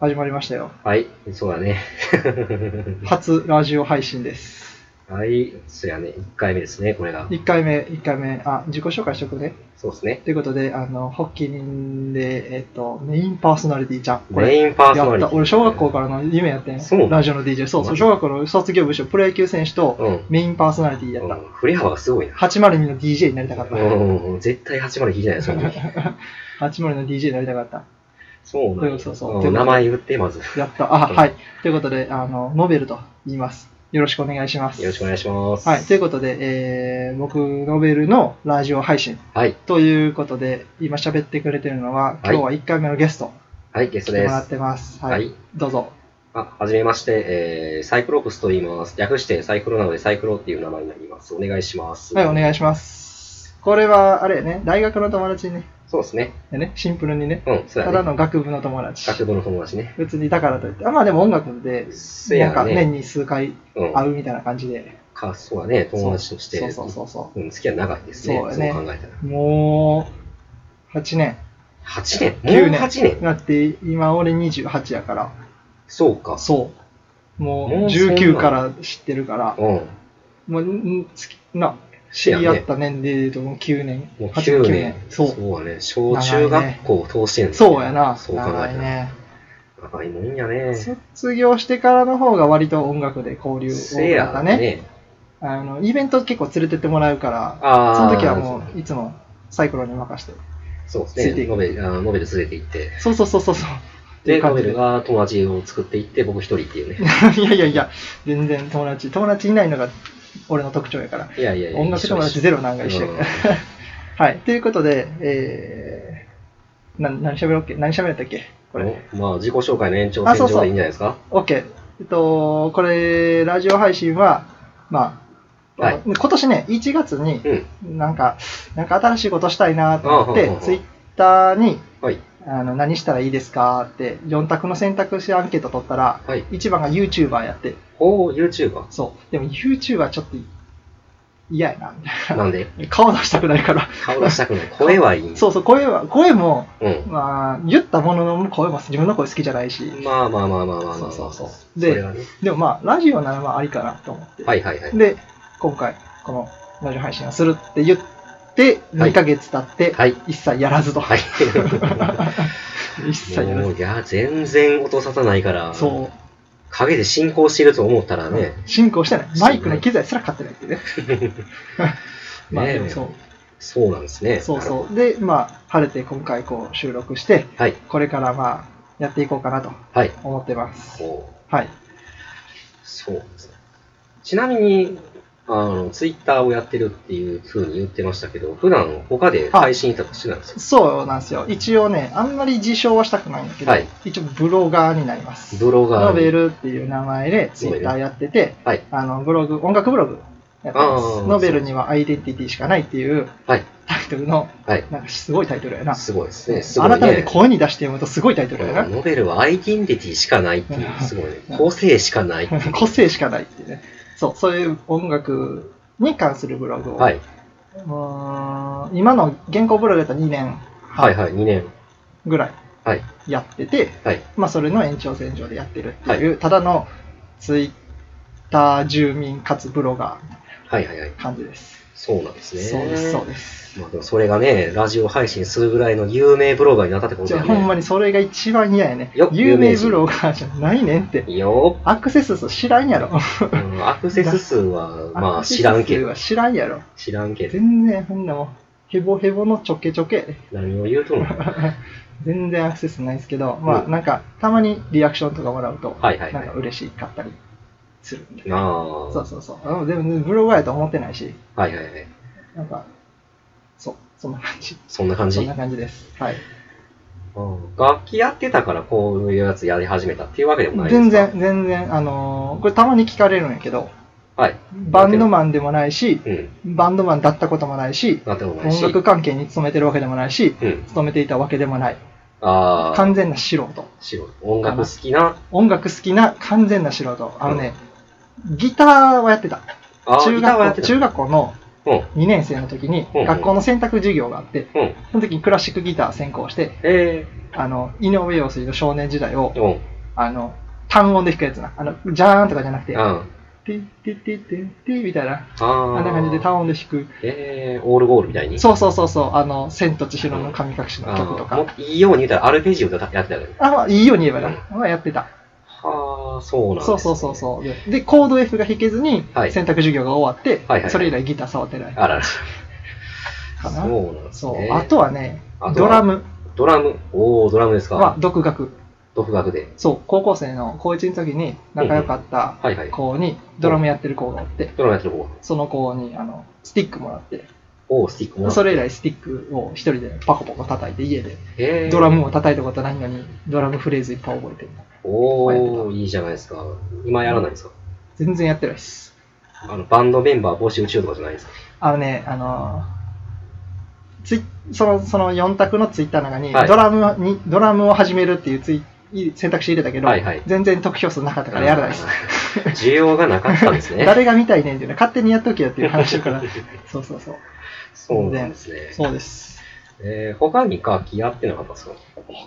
始まりましたよ。はい、そうだね。初ラジオ配信です。はい、そうやね。1回目ですね、これが。 1回目、1回目、あ、自己紹介しとくね。そうですね。ということで、あの、ホッキ人で、えっと、メインパーソナリティじゃん。これメインパーソナリテやィっ。た。俺、小学校からの夢やってん。そうラジオの DJ。そう、マジそう小学校の卒業部一緒、プロ野球選手とうん。メインパーソナリティやうった。ん、振り幅がすごいな。 802の DJ になりたかっうた。 んうん、絶対802聞いてないよ、その時。 802の DJ になりたかった。そうなんそうやそうそううん名前言って、まず。よやった。あ、うんはい。ということで、あの、ノベルと言います。よろしくお願いします。ろしくお願いします。はい、ということで、えー僕、ノベルのラジオ配信はい。ということで、今喋ってくれてるのは、今日は1回目のゲスト、はい、ゲス来トてでもらっす。てます。はい、はいどうぞ。あ、はじめまして、えー、サイクロプスと言います。略してサイクロなのでサイクロっていう名前になります。お願いします。はい、お願いします。これは、あれやね、大学の友達にね、そうですね。でねシンプルにね、うん、そうたやだね。の学部の友達。学部の友達ね。別にだからといって、あまあでも音楽で、せなんやか年ね。に数回うん。会うみたいな感じで、か、そうやね。友達として。そうそうそうそうん、付き合い長いですね。そうやねそう考えたら。う。もう、8年8年9もう年8年だって、今俺28やから。そうか。そう。もうもうそんな19から知ってるから、うん。もうん、つきな、知り合った年齢で言うともう9年、もう八九9年。そう。だね。小中学校を通してるんだねそうやな、そう考え長たいら。ね。長いもんやね。卒業してからの方が割と音楽で交流多せかやったねね。あの。イベント結構連れてってもらうから、あそあ。の時はもういつもサイクロンに任せて。そうでついすてね。いくノベル、あーノベル連れて行って。そうそうそうそうそう。っていで、う感ノベじでルが友達を作っていって、僕一人っていうね。 いやいやいや、全然友達、友達いないのが俺の特徴やから。いやいやいや。音楽友達ゼロなんか一緒やうんから。はい、ということで、えー、な何喋ろうっけ何喋ったっけこれ。おまあ、自己紹介の延長あそう線そう上でいいんじゃないですか。 OK。えっと、これ、ラジオ配信は、まあ、はい今年ね、1月にう、ん。なんか、なんか新しいことしたいなと思っあほうほうて、ほうツイッターに、はい。あの何したらいいですかって、4択の選択肢アンケート取ったら、はい。一番が YouTuber やって、おー、YouTuber。そう。でも YouTuber ちょっと嫌やな、みたいなんでな。顔出したくないから。顔出したくない。声はい い。そうそう、声は、声も、うん。まあ、言ったものの声も自分の声好きじゃないし、まあまあまあまあまあまあ。そうそうそうでで、それはね。でもまあ、ラジオならまあありかなと思って。はいはいはい。で、今回、このラジオ配信をするって言って、はい2ヶ月経って、はい。一切やらずと。はい 一切やらもうず。いや、全然音沙汰ないから、そう。陰で進行してると思ったらね、進行してない。マイクの機材すら買ってないっていうね。 まあ、ねえでもそう。そうなんですね。そうなるほそう。で、まあ、晴れて今回こう収録して、ど。はい。これからまあ、やっていこうかなとはい。思ってます。こうはい。そうなんですね。ちなみに、あの、ツイッターをやってるっていうふうに言ってましたけど、普段他で配信とかしてないんですよ。そうなんですよ。一応ね、あんまり自称はしたくないんだけど、はい一応ブロガーになります。ブロガーノにベルっていう名前でツイッターやってて、はい。あのブログ、音楽ブログやってまあす。ーノベルにはアイデンティティしかないっていうはい。タイトルの、はい。なんかすごいタイトルやな。すごいですね。すごいね。改めて声に出して読むとすごいタイトルやうんな。ノベルはアイデンティティしかないっていう、すごいね。個性しかないってい う。個性しかないっていうね。そう、そういう音楽に関するブログを。はい。うーん今の原稿ブログだと2年はいはい、2年。ぐらいはい。やってて、はい。まあ、それの延長線上でやってるっていう、ただのツイッター住民かつブロガーみたいはいはいはい。な感じです。そうなんですね。そうです、そうです。まあでもそれがね、ラジオ配信するぐらいの有名ブロガーになったってことじだゃよあね。ほんまにそれが一番嫌やねよ。有名ブロガーじゃないねんって。に。よアクセス数知らんやろ。っ、うんアクセス数 は、まアあクセス知らんけ数ど。は知らんやろ。知らんけど。全然そんなもん、ヘボヘボのちょけちょけ。何を言うとんの全然アクセスないですけど、まあうんなんか、たまにリアクションとかもらうと、はいはいなはんいか。嬉しかったりするんで。あそうそうそう。あでもブロガーやと思ってないし、あ。はいはいはい。なんか、そう、そんな感じ。そんな感そんじな。感じです。はい。うん楽器やってたからこういうやつやり始めたっていうわけでもないで全。すか然、全然、あのーこれたまに聞かれるんやけど、はい。バンドマンでもないし、うん。バンドマンだったこともないし、なんてことない音し。楽関係に勤めてるわけでもないし、うん。勤めていたわけでもない。ああ。完全な素人。白い。音楽好きな。音楽好きな完全な素人。あのね、ギターはやってた。ああ、中ギターはやっ学校てた。中学校のうん。 2年生の時にうんうん学校の選択授業があって、うん。その時にクラシックギター専攻して、えあの井上陽水の少年時代をえ。うん。あの、単音で弾くやつな。あの、ジャーンとかじゃなくて、あティティティティティみたいな、あーあんな感じで単音で弾く。えー、オールゴールみたいに。そうそうそうそう、あの、千と千尋の神隠しの曲とあーもか。ういいように言うたらアルペジオでやってたよね。あ、まあ、いいように言えばな。まあ、やってた。はあ、そうなんです、そうね。そうそうそう。で、でコード F が弾けずにはい、選択授業が終わって、はいはいそれ以来ギター触ってない。あらら。かなそうなんですそうね。あとはねあとドは、ラムドラム。おおドラムですか。は独学。独学で。そう、高校生の高1の時に仲良かったはいはい。子にドラムやってる子がおって、ドラムやってる方。その子にあのスティックもらって、おースティックもらってそれ以来スティックを一人でパコパコ叩いて家で、へードラムも叩いたことないのに、ドラムフレーズいっぱい覚えてる。おやっておいいじゃないですか。今やらないですか。全然やってないです。あのバンドメンバー募集中とかじゃないですか。あのね、あのツイその、その4択のツイッターの中に、はいドラムに、ドラムを始めるっていうツイい選択肢入れたけど、はいはい全然得票数なかったからやらないです。あー 需要がなかったんです ね。誰が見たいねんっていうの勝手にやっときやっていう話だ から、そうそうそう。そうなんですね。そうです。えー、他に楽器やってなかったですか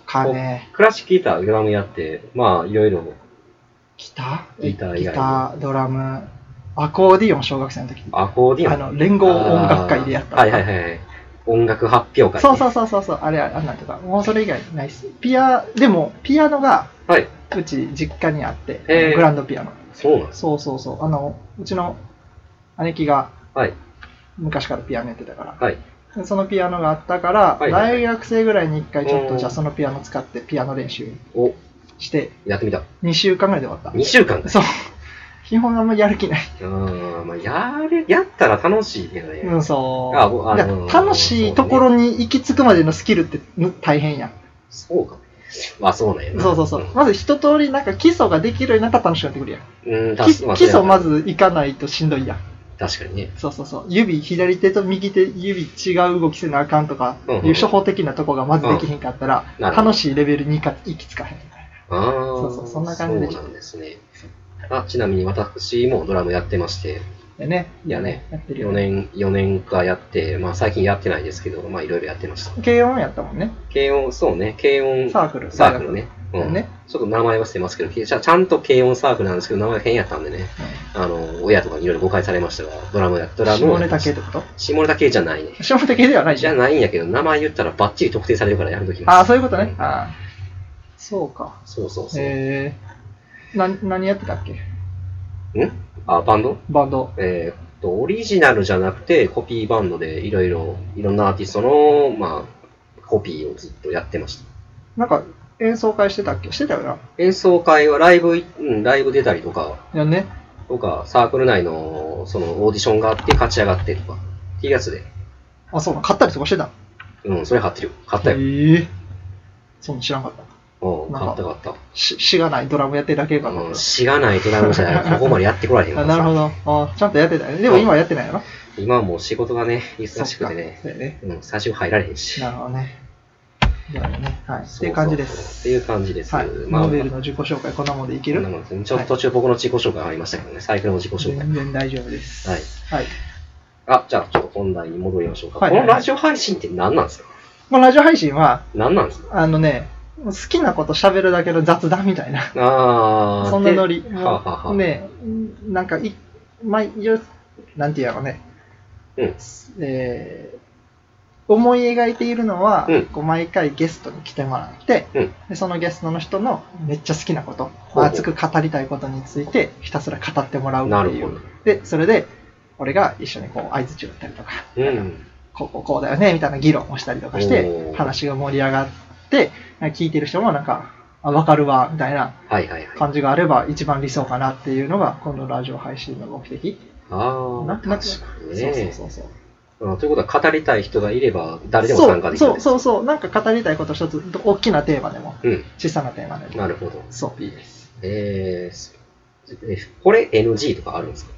他ね、クラシックギター、ドラムやって、まあ、いろいろ。ギターギター以外にギター、ドラム、アコーディオン小学生の時アコーディオン。あの、連合音楽会でやった。あーはいはいはい。音楽発表会、そうそうそうそうそう、あれあんなんとか、もうそれ以外ないです。ピア、でも、ピアノが、う。はい。うち実家にあって、へーグランドピアノ。そうなんです。そうそうそう、あの、うちの姉貴がはい。昔からピアノやってたかはい。ら、そのピアノがあったから、はいはい大学生ぐらいに一回ちょっうと、んじゃあそのピアノ使ってピアノ練習お、して、やってみた。 2週間ぐらいで終わっ2週間た。です。そう。基本あんまやる気ない。あーまあ、やれ、やったら楽しいけどね。うん、そう。あぼあだのーから楽しいところに行き着くまでのスキルってむ大変やん。そうかも。まあ、そうなんやな。そうそうそう。まず一通りなんか基礎ができるようになったら楽しくなってくるやん。うん。うん、基確か礎に。基礎まず行かないとしんどいやん。確かにね。そうそうそう。指、左手と右手、指違う動きせなあかんとかうんうんいう処方的なとこがまずできへんかったら、うんなるほど楽しいレベルにか行き着かへん。ああ。そうそうそんな感じでそうなんですね。あちなみに私もドラムやってまして、でね。いやね。やってるよ4ね。年、4年かやって、まあ最近やってないですけど、まあいろいろやってました。軽音やったもんね。軽音、そうね、軽音サークル。サークルね。大う学ん、ねちょっと名前は捨てますけど、けちゃちゃんと軽音サークルなんですけど、名前が変やったんでね、大学。あの、親とかにいろいろ誤解されましたが、ドラムや、ドうんラムを下ネタ系ってこと下ネタ系じゃないね。下ネタ系ではないじじゃんゃないんやけど、名前言ったらバッチリ特定されるからやめときます。ああ、そういうことね。んああ。そうか。そうそうそう。へえ。な、何やってたっけんあ、バンドバンド。えーっと、オリジナルじゃなくて、コピーバンドでいろいろ、いろんなアーティストの、まあ、コピーをずっとやってました。なんか演奏会してたっけしてたよな。演奏会はライブい、うん、ライブ出たりとか、いやね。とか、サークル内の、その、オーディションがあって勝ち上がってとか、っていうやつで、あ、そうな。買ったりとかしてたうん、それ買ってるよ。買ったよ。へえ。そんな知らんかった。うん、なんか買った買った。し、しがないドラムやってるだけかとう思っん、たしがないとダメじ ゃないここまでやってこられへんかあらさなるほど。あちゃんとやってたよね。でも今はやってないよな。今はもう仕事がね、忙しくてね、そうやね。うん、最初入られへんし。なるほどね。じゃあね。はい。そっそていう感じです。っていう感じです。はい。まあノベルの自己紹介、こんなもんでいけこるんなもんですねちょっと途中僕の自己紹介がありましたけどね、サイクルの自己紹介。全然大丈夫です。はい。はい。あ、じゃあちょっと本題に戻りましょうか。はいこのラジオ配信って何なんですかこのラジオ配信は、何なんですかあのね、好きなこと喋るだけの雑談みたいな。あー。そんなノリ。ではあはあはあ。ねんなんかい、まあ、よなんていうのね、うん。えー思い描いているのは、うんこう毎回ゲストに来てもらって、うんでそのゲストの人のめっちゃ好きなこと、ほう熱く語りたいことについてひたすら語ってもらうなっるていほう。で、それで、俺が一緒にこう相槌を打ったりとか、ど。うん。こうこうこうだよねみたいな議論をしたりとかしておー話が盛り上がってなんか聞いてる人もなんかあ分かるわみたいなはいはいはい。感じがあれば一番理想かなっていうのがこのラジオ配信の目的ああ、な確なかにそうそねう。そうそううんということは語りたい人がいれば誰でも参加できるんそうですそうそうなんか語りたいこと一つど大きなテーマでもうん、小さなテーマでもなるほど。そういいですえーそえ、これ NG とかあるんですか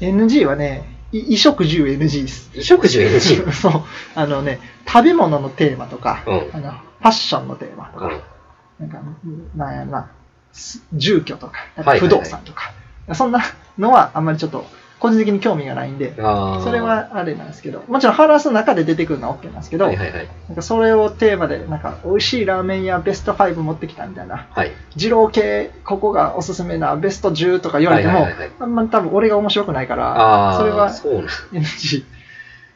NG はねい衣食住 NG です 衣食住 NG? そうあのね食べ物のテーマとか、うんあのファッションのテーマとか、うんなんか、なんやろな、す住居とかはいはいは、い不動産とか、そんなのはあんまりちょっと個人的に興味がないんで、あーそれ、はあれなんですけど、もちろん話す中で出てくるのは OK なんですけど、はいはいはい。なんかそれをテーマで、なんか美味しいラーメン屋ベスト5持ってきたみたいな、はい。二郎系、ここがおすすめなベスト10とか言われても、はいはいはいはいあんま多分俺が面白くないから、ああ、それはそうなん NG。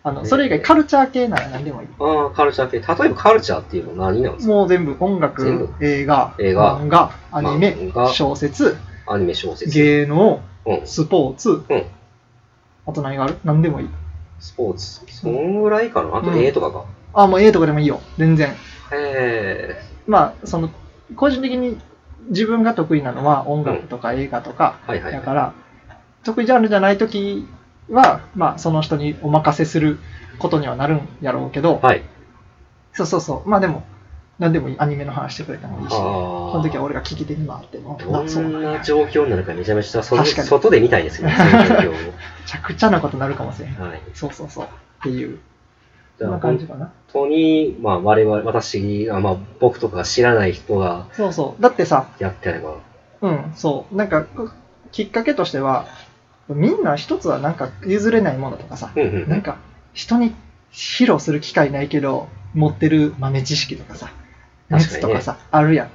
あのねそれ以外カルチャー系なら何でもいい。ああ、カルチャー系。例えばカルチャーっていうのは何なんですかもう全部音楽、全部映画、映画漫画、アニメ漫画、小説、アニメ小説。芸能、うん。スポーツ、うんあと何がある何でもいい。スポーツ。そんぐらいかなあとうん絵とかか。あ、もう A とかでもいいよ。全然。へえ。まあ、その、個人的に自分が得意なのは音楽とか映画とか、はいはいだはかい。ら、得意ジャンルじゃないときは、まあ、その人にお任せすることにはなるんやろうけど、はい。そうそうそう。まあでも、何でもいい。アニメの話してくれてもいいし、こああ。の時は俺が聞き手に回っても、あどそうんなんやなめ状況になるかめちゃめちゃその確かに外で見たいですよね、その状況ちゃくちゃなことになるかもしれへん。を。はい。そうそうそう。っていう、じそんゃなあ、感じ本かな。当に、まあ、我々、私が、まあ、僕とかが知らない人がそうそう。だってさ、やってれば、うん、そう。なんか、こきっかけとしては、みんな一つはなんか譲れないものとかさ、うんうん。なんか人に披露する機会ないけど、持ってる豆知識とかさ、熱とかさ、あるやん。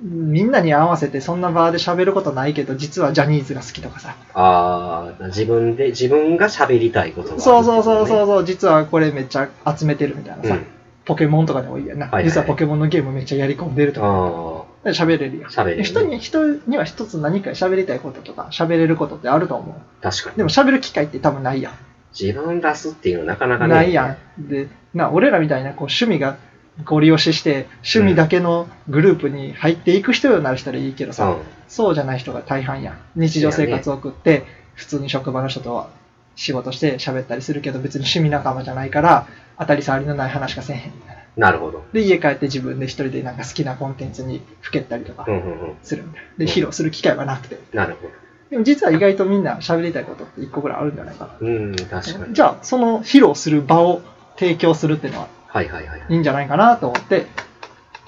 みんなに合わせてそんな場で喋ることないけど、実はジャニーズが好きとかさ、ああ、自分で、自分が喋りたいことがあるっていそうねそうそうそうそう、実はこれめっちゃ集めてるみたいなうん。さ、ポケモンとかでもいいやんな、はいはい実はポケモンのゲームめっちゃやり込んでるとか、あ喋れるやあ、ん。喋れる、ね。人に人には一つ何か喋りたいこととか喋れることってあると思う。確かに。でも喋る機会って多分ないやん。自分出すっていうのはなかなかね。ないやん。で、な俺らみたいなこう趣味がご利用しして、趣味だけのグループに入っていく人ようになる人らいいけどさ、うん。そうじゃない人が大半やん。日常生活を送って、普通に職場の人とは仕事して喋ったりするけど、別に趣味仲間じゃないから、当たり障りのない話しかせえへんみたいな。なるほど。で、家帰って自分で一人でなんか好きなコンテンツにふけったりとかうんうんうん。するみたいな。で、披露する機会はなくて。なるほでも実は意外とみんな喋りたいことって一個ぐらいあるんじゃないかな。ど。うん、確かに。じゃあ、その披露する場を提供するっていうのははいはいはい。いいんじゃないかなと思って、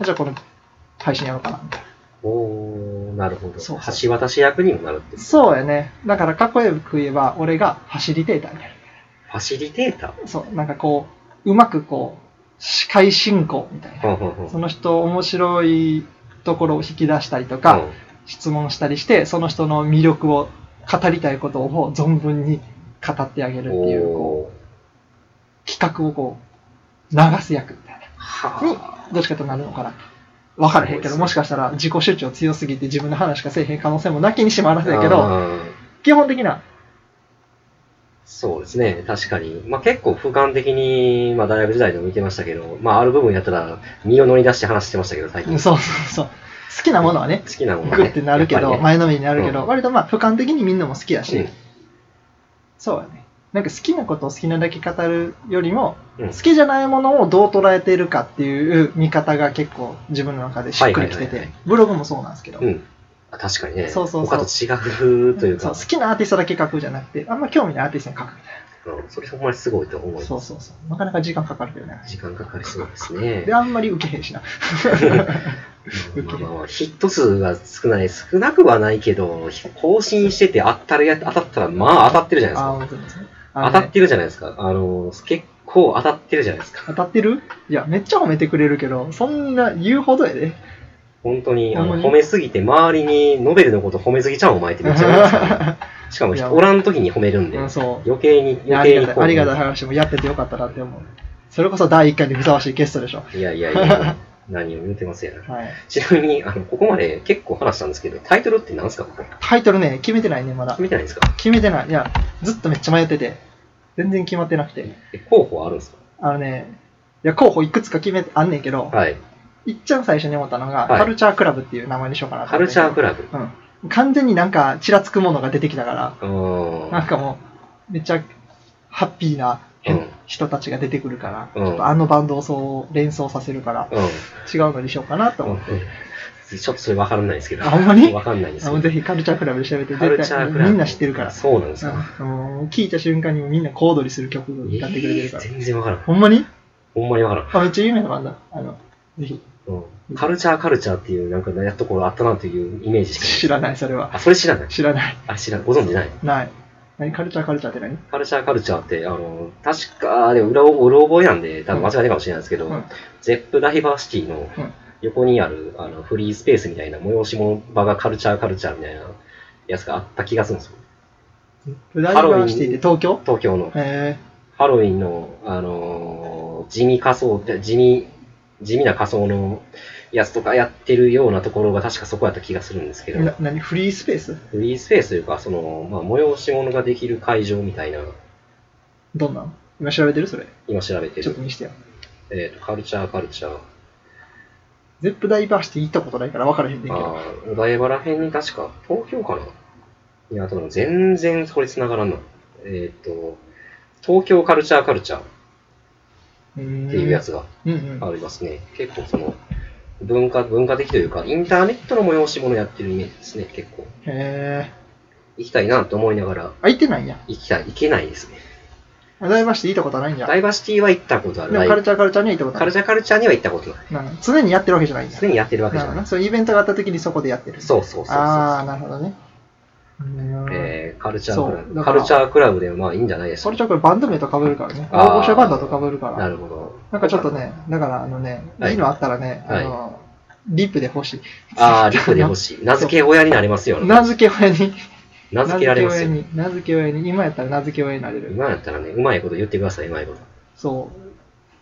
じゃあこの配信やろうかなみたいおー、なるほど。そうそう橋渡し役にもなるってな。。そうやね。だからかっこよく言えば、俺がファシリテーターになる。ファシリテーターそう、なんかこう、うまくこう、司会進行みたいな。うんうんうん。その人面白いところを引き出したりとか、質問したりして、その人の魅力を語りたいことを存分に語ってあげうるん、っていう、こおーう、企画をこう、流す役みたいな。にはあ。どっちかとなるのかな。分からへんけど、もしかしたら自己主張強すぎて自分の話しかせえへん可能性もなきにしもあらずやけど、うん基本的な、そうですね、確かに。まあ結構俯瞰的に、まあ大学時代でも見てましたけど、まあある部分やったら身を乗り出して話してましたけど、最そう近。そうそう、好きなものはね好、きなものグッてなるけど、やっぱ前のめりになるけど、うん割とまあ俯瞰的にみんなも好きやりし、ねそうやね。なんか好きなことを好きなだけ語るよりも、うんうん好きじゃないものをどう捉えているかっていう見方が結構自分の中でしっくりきてはいはいはいはてい、ブログもそうなんですけど、うん。あ確かにね。そうそうそう他と違うというそうか好、きなアーティストだけ書くじゃなくて、あんま興味ないアーティストに書くみたいうんそれほんまにすごいと思な。いそまうす。そうそう。なかなか時間かかるけどね。時間かかりそうですねで、。あんまり受けへん しな。うんまあまあまあヒット数が少ない、少なくはないけど、更新してて当たるや当たったら、まあ当たってるじゃないですあか。ー、そうですね。当あたのっねてるじゃないですか。あの、結構当たってるじゃないですか。当たってるいや、めっちゃ褒めてくれるけど、そんな言うほどやで。本当に、あほのんまに褒めすぎて、周りにノベルのこと褒めすぎちゃうお前ってめっちゃ言わ れますからねしかもいや、おらん時に褒めるん でう、ん、そう。余計に、いやあ余り計がにたい、こうありがたい話もやっててよかったなって思う。それこそ第1回にふさわしいゲストでしょ。いやいやいや、 何を言うてますやな。はい。ちなみに、あの、ここまで結構話したんですけど、タイトルって何ですかここタイトルね、決めてないね、まだ決。めてないんですか決めてない。いや、ずっとめっちゃ迷ってて、全然決まってなくて。え候補はあるんですあのね、いや、候補いくつか決めてあんねんけどか、はい。いっちゃん最初に思ったのが、はいカルチャークラブっていう名前にしようかなとカ思っルてチャークラブ。うん。完全になんか、ちらつくものが出てきたから、うーん。なんかもう、めっちゃハッピーなうん人たちが出てくるから、うんちょっとあのバンドをそう連想させるから、うん。違うのにしようかなと思って。うんちょっとそれ分からないですけど。あほんまに分かんないですあけのど。ぜひカルチャークラブで調べて、カル絶チャ対ークラブ。みんな知ってるから。そうなんですか。うんもう聞いた瞬間にもみんな小躍りする曲え歌ってくれてるかーら。全然分からん。ほんまにほんまに分からん。あ、めっちゃ有名なバンド。あの、ぜひ。うんカルチャーカルチャーっていうなんかやっところあったなというイメージしか知らない、それは。ない。あ、それ知らない。知らない。あ、知らん。ご存知ない。ない。何カルチャーカルチャーって何カルチャーカルチャーって、あの、確か、でも、うろうろ覚えなんで、多分間違ってるかもしれないですけど、うんゼップダイバーシティのうん横にあるあのフリースペースみたいな催し物場がカルチャーカルチャーみたいなやつがあった気がするんですよ。ブダイバーシティって東京東京のへハロウィンの、あのー地味仮装って、地味、地味な仮装のやつとかやってるようなところが確かそこやった気がするんですけえど、な何フリースペースフリースペースというか、その、まあ、催し物ができる会場みたいな、どんなの今調べてるそれ今調べてちょっると、見してよえーと、カルチャーカルチャー。ゼップダイバーシティ行ったことないから分からへんねんけどあーお台場ら辺に確か、東京かないや、多分全然これ繋がらんな。えっ、と、東京カルチャーカルチャーっってていうやつがうんうんありますね。結構その、文化、文化的というか、インターネットの催し物やってるイメージですね、結構。へえ行きたいなと思いながら、空いてないんや行きたい、行けないですね。ブダイバーシティ行ったことないんやダイバーシティは行ったことはでなもい。カカルチャーカルチャーには行ったことルチャーカルチャーには行ったことない。ないなん常にやってるわけじゃないんや常にやってるわけなじゃるほどないな。そういうイベントがあった時にそこでやってるそうそうそうそう。ああなるほどねうんえーカルチャークラそうブ。だカからルチャークラブではまあいいんじゃないですこかれ。ちょっとこれバンド名とかぶるからね。あー大御所バンドとかぶるかなら。るほど。なんかちょっとね、だからあのね、はいいいのあったらね、あはいの、リップで欲しい。ああ、リプで欲ししい。名付け親になれますよ。 名付け親に。名付けられますよ。名付け親に。名付け親に。今やったら名付け親になれる。今だったらね、うまいこと言ってください、うまいこと。そ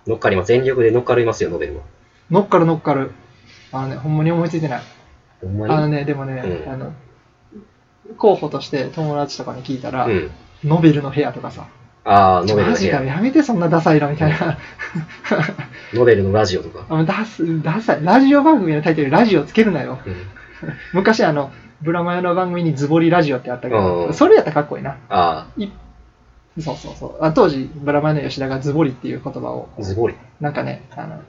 乗っかります。全力で乗っかりますよ、ノベルは。う。乗っかる乗っかる。あのね、ほんまに思いついてない。ほんまに。あのね、でもね、うんあの、候補として友達とかに聞いたら、うん。ノベルの部屋とかさ、ああ、ノベルマのジか部よ、屋。やめてそんなダサいのみたい な。ノベルのラジオとか。あのダスダサい。ラジオ番組のタイトル、ラジオつけるなよ。うん昔あのブラマヨの番組にズボリラジオってあったけうんどそれやったらかっこいいなあそうそうそうあ当時ブラマヨの吉田がズボリっていう言葉をあ、ズボリ。なんかねあの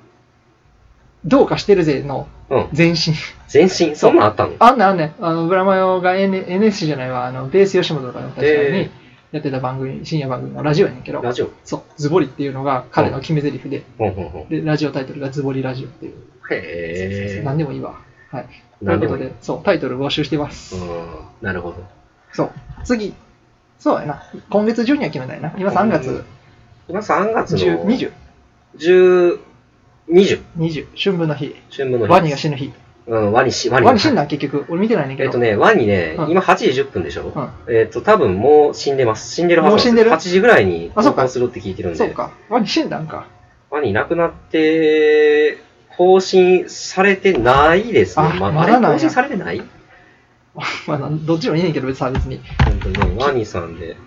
どうかしてるぜのうん。前身全身、そんなんあったの あんねんあんねんあのブラマヨが N NSC じゃないわあのベース吉本とかの時えにやってた番組深夜番組のラジオやねんけどラジオ。そうズボリっていうのが彼の決め台詞でほんほんほん。でラジオタイトルがズボリラジオっていうへえ。何でもいいわはいとい何うでこもといいでそうタイトル募集してますうん。なるほど。そう。次。そうやな。今月中には決めないな。今3うん月今3月10の。 20、 10。20。 20、春分の日。春分の日。ワニが死ぬ日。うん、ワニし、ワニワニ死んだん結局。俺見てないねんけえど。っとね、ワニね、うん今8時10分でしょ、うんえっと、多分もう死んでます。死んでるはずなんもう死んでる ?8 時ぐらいにあそうか投稿するって聞いてるんそうで、か。ワニ死んだんか。ワニ亡くなって、更新されてないですねあ。まだなんや更新されてないまあ、なんどっちでもいいねんけど、別に別に。本当にね、ワニさんで。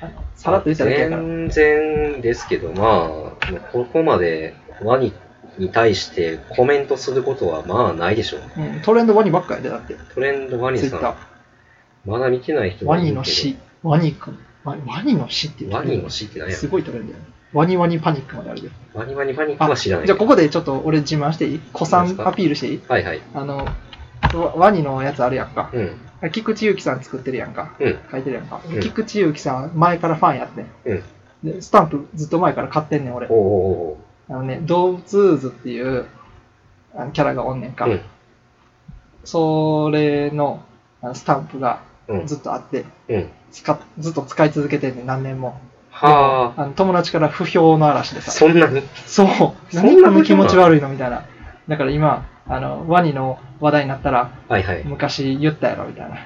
あのさらっと言っただけやから。全然ですけど、まあ、ここまでワニに対してコメントすることはまあないでしょう。うん、トレンドワニばっかりで、だって。トレンドワニツイさッターん、。まだ見てない人もワいるけニどの。死。ワニくん。ワワニの死っていうトワレンドニの死って何やすごいトレンドやねワニワニパニックまであるで。ワニワニパニックはあ、知じらゃない。あここでちょっと俺自慢していい子さんアピールしていいはいはい。あの、ワワニのやつあるやんか。うん。菊池祐希さん作ってるやんか。うん。書いてるやんか。うん菊池祐希さん、前からファンやってん。うん。で、スタンプずっと前から買ってんねん、俺。おうおうあのね、動物図っていうあのキャラがおんねんおか。う。うん。それのあのスタンプがうん。ずっとあって、うん。使っずっと使い続けてんねん、何年も。はでもあの友達から不評の嵐であ。さ。そんなにそう。そ何んなこの気持不ち評な悪いのみたいな。だから今、あの、ワニの話題になったら、はいはい。昔言ったやろ、みたいな。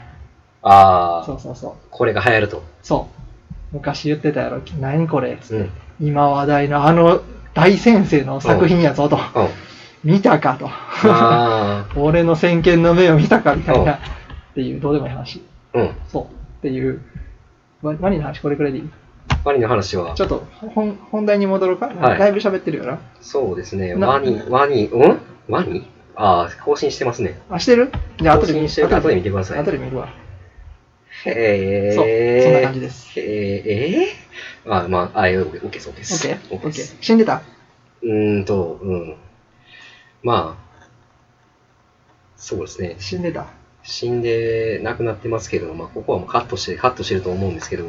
あそあ。うそうそう。これが流行ると。そう。昔言ってたやろ、何これ、うん。うん。今話題のあの大先生の作品やぞと、見たかと、あ 俺の先見の目を見たかみたいな、っていう、どうでもいい話。あ。うん。そう。っていう、ワワニの話これくらいでいいワニの話はち、ょっと本本題に戻ろうか、はいだいぶ喋ってるよな。そうですね。なワニ、ワニ、うんワニああ、更新してますね。あ、してるじゃあ後更で見新してるから後で見てください。後で見るわ。へえ。そうそんな感じで。です。へえ。えーあ、まあ、あ、えーオッケーオッケーです、オッケーオッケーです。オッケです。ー。死んでたうーんと、うん。まあ、そうですね。死んでた。死んで亡くなってますけど、まあ、ここはもうカットして、カットしてると思うんですけど、う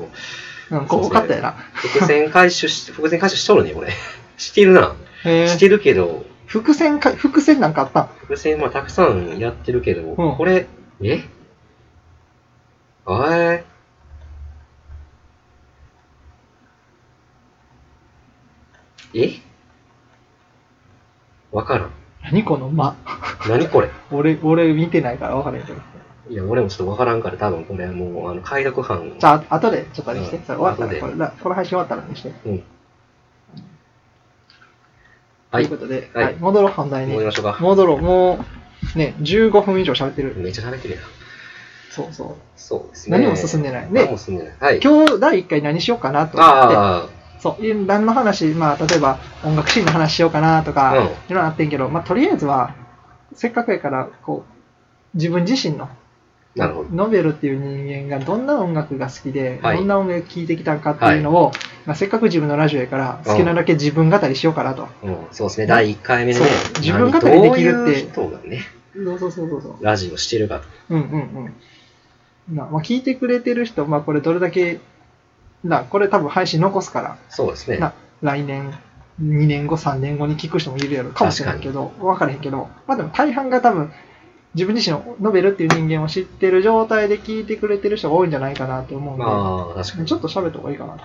ん、ここ勝ったやな。伏線回収し、伏線回収しとるね、これ。 してるな。へしーてるけど、伏線か、伏線なんかあったん伏線はたくさんやってるけど、んこれ、えあれわからん。何この間。何これ俺、俺見てないから分からへんけど。いや、俺もちょっとわからんから、多分これはもう、あの、解読班。じゃあ、後でちょっとあれして。うんそれ終わった後らでこれな、この配信終わったらにして。うん。はいということで、はいはい、戻ろう、本題に戻り。ましょうか。戻ろう、もう、ね、15分以上喋ってる。めっちゃ喋ってるやん。そうそう。そうですね。何も進んでないね何も進んでない。はい。今日第1回何しようかなと思って、あそう、何の話、まあ、例えば音楽シーンの話しようかなとあ、か、うん。いろいろあってんけど、まあ、とりあえずは、せっかくやから、こう、自分自身の、なるほど。ノベルっていう人間がどんな音楽が好きで、はいどんな音楽聴いてきたかっていうのを、まあ、せっかく自分のラジオやから、好きなだけ自分語りしようかなと。うん、そうですね。第1回目のねそう、自分語りできるってどういう人がね、そうそうそうそうそう。ラジオしてるかと。うんうんうん。なまあ、聞いてくれてる人、まあ、これどれだけ、なこれ多分配信残すから、そうですね。な来年、2年後、3年後に聞く人もいるやろかもしれないけど、分からへんけど、まあでも大半が多分、自分自身のノベルっていう人間を知ってる状態で聞いてくれてる人が多いんじゃないかなと思うんで、まあ、確かに。ちょっと喋った方がいいかなと。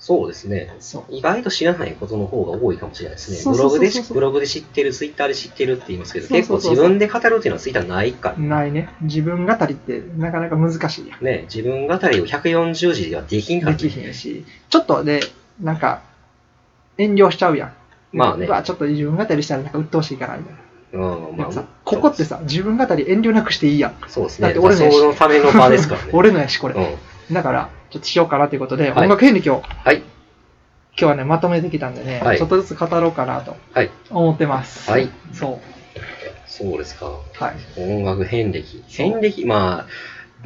そうですね。そう。意外と知らないことの方が多いかもしれないですね。そうブそうロそうグそうでし、ブログで知ってる、ツイッターで知ってるって言いますけど、そうそうそうそう結構自分で語るっていうのはツイッターないから。ないね。自分語りってなかなか難しいやん。ね、自分語りを140字ではできんかでら、きへんし、ちょっとで、なんか、遠慮しちゃうやん。まあねうわちょっと自分語りしたらなんか鬱陶しいから、みたいな。うでん、まもあ、さ、ここってさ、自分語り遠慮なくしていいやん。そうですだっね。てまあ俺のそやしのための場ですからね 。俺のやし、これ。うん。だから、ちょっとしようかなということで、はい音楽遍歴を今はい。日はね、まとめてきたんでね、はいちょっとずつ語ろうかなとはい。思ってます。はい。そそうですか。う。はい。音楽遍歴。遍歴、まあ、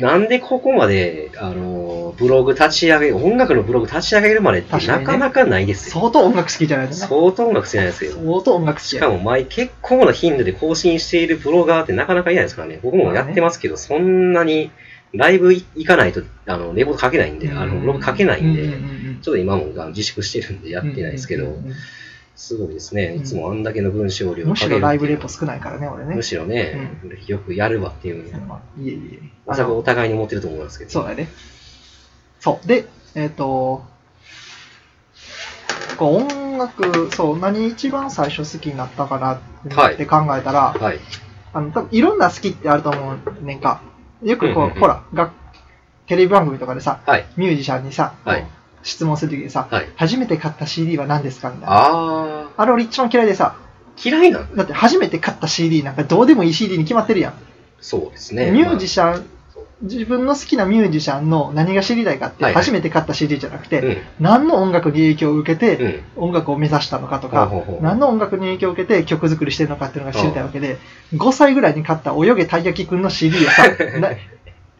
なんでここまで、あの、ブログ立ち上げ、音楽のブログ立ち上げるまでって確かになねかなかないですよ。相当音楽好きじゃないですか。相当音楽好きじゃないですよ。相当音楽好きしやかも前結構な頻度で更新しているブロガーってなかなかいないですからね。僕もやってますけど、そんなにライブ行かないと、あの、レポート書けないんで、あの、ブログ書けないんうでう、うんちょっと今もあの自粛してるんでやってないですけうんうどん、うんうんすごいですね。うんいつもあんだけの文章量をむしろライブレポか少ないからね、俺けるっていうのはねむ。しろね、よくやるわっていう。いえいえ。おそらくお互いに思ってると思いますけど。そうだね。そう。で、えっ、と、こう音楽、そう、何一番最初好きになったかなはっいて考えたら、はい。あの、多分いろんな好きってあると思うねんか。よくこう、うんうんうんほら、がテレビ番組とかでさ、はい。ミュージシャンにさ、はいこう質問するときにさ、はい。初めて買った CD は何ですかみたいな。ああれ俺一番嫌いでさ、ー、嫌いなのだって初めて買った CD なんかどうでもいい CD に決まってるやん。そうですね。ミュージシシャン、自分の好きなミュージシャンの何が知りたいかって、はいはい初めて買った CD じゃなくて、うん。何の音楽に影響を受けうて、ん。音楽を目指したのかとほうか、ほうほう 何の音楽に影響を受けて曲作りしてるのかっていうのが知りたいわけで、5歳ぐらいに買った泳げたい焼きくんの CD をさ、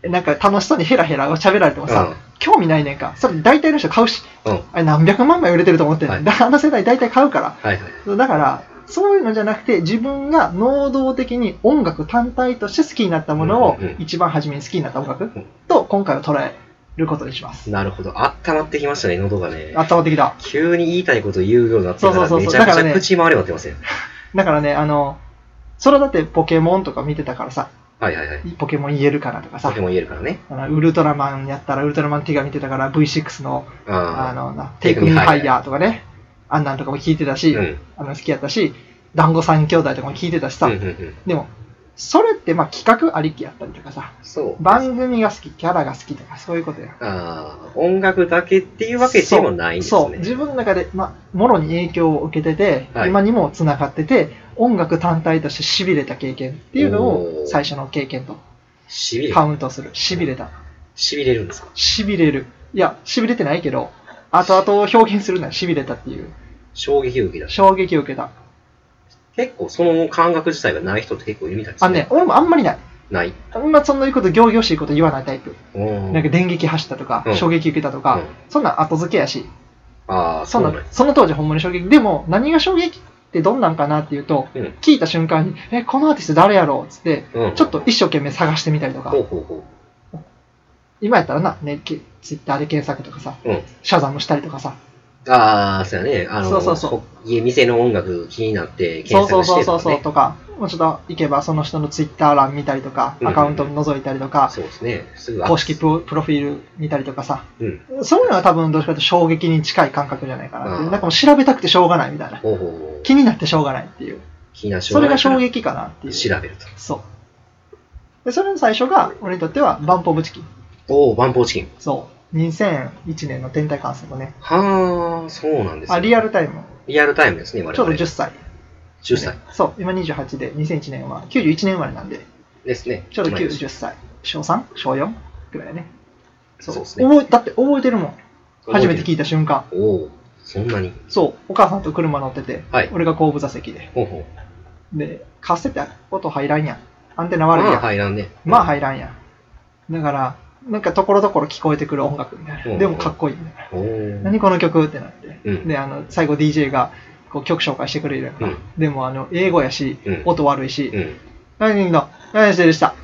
ななんか楽しそうにヘラヘラ喋られてもさ、興味ないねんか。それ大体の人買うし、うん。うん。あれ何百万枚売れてると思ってんの、はいだあの世代大体買うから。はいはい。だから、そういうのじゃなくて、自分が能動的に音楽単体として好きになったものをうんうんう、ん一番初めに好きになった音楽んと、今回は捉えることにします。なるほど。あったまってきましたね、喉がねあ。ったまってきた。急に言いたいこと言うようになってそかうら、そうめそうちそうゃくだちからゃね口回り回ってますよ。だからね、あの、それはだってポケモンとか見てたからさ、はいはいはい。ポケモン言えるかなとかとさて、も言えるからね。あのウルトラマンやったらウルトラマンティガ見てたから V6 の、ああの、なテテイイククミミーーハハイイヤヤーとかね、あんなんとかも聞いてたし、ーうん。あの好きやったし、団子三兄弟とかも聞いてたしさ、うんうんうん。でも、それってまあ企画ありきやったりとかさ、そう。番組が好き、キャラが好きとか、そういうことや。あー音楽だけっていうわけでもないんですね。そう、自分の中で、まあ、もろに影響を受けてて、はい今にもつながってて、音楽単体としてしびれた経験っていうのおをー最初の経験としびれるカ。ウントする。しびれた。しびれるんですかしびれる。いや、しびれてないけど、後々表現するならしびれたっていう、衝撃を受けた。衝撃を受けた。結構その感覚自体がない人って結構いるみたいですあのね、。俺もあんまりない。ない。あんまそんな言うこと、行々しいこと言わないタイプ。うんなんか電撃走ったとかう、ん衝撃受けたとかうん、そんなん後付けやし、ああ、そんななんやその当時ほんまに衝撃。でも、何が衝撃ってどんなんかなっていうと、うん聞いた瞬間に、え、このアーティスト誰やろうっつって、うんちょっと一生懸命探してみたりとかほ、うほうほ今やったらな、ね、ツイッターで検索とかさ、う。うん。シャザムしたりとかさ、ああ、そうやね。あの、そうそうそうこ家店の音楽気になってそう検そう索そしうてそうとかそうね。とか、もうちょっと行けばその人のツイッター欄見たりとか、うんアカウント覗いたりとか、そうですね。すぐ公式プロプロフィール見たりとかさ、うん。そういうのは多分どっちかというと衝撃に近い感覚じゃないかなっていう、うんなんかもう調べたくてしょうがないみたいな。ほうほうほう。気になってしょうがないっていう。気になるそれが衝撃かなっていう。調べると。そう。で、それの最初が、俺にとっては、バンポブチキン。おお、万宝チキン。そう。2001年の天体観測ね。はあ、そうなんです、ね、あ、リアルタイム。リアルタイムですね、我ちょう々。ど10歳。 10歳ねそう、今28で、2001年は、91年生まれなんで、ですね。ちょうど同い年90歳。小 3? 小 4? ぐらいだね。そうですね。覚えだって覚えてるもん。初めて聞いた瞬間。おお、そんなに。そう、お母さんと車乗ってて、はい俺が後部座席で。ほうほう。で、カセット音入らんやん。アンテナま悪いやん。あ入らんね。まあ入らんやん。だから、なんかところどころ聞こえてくる音楽みたいな。うんでもかっこいいみたいな。おお。何この曲ってなって。うんで、あの、最後 DJ がこう曲紹介してくれるやんかうんでも、あの、英語やし、うん音悪いし、 うん。何の、何してでした。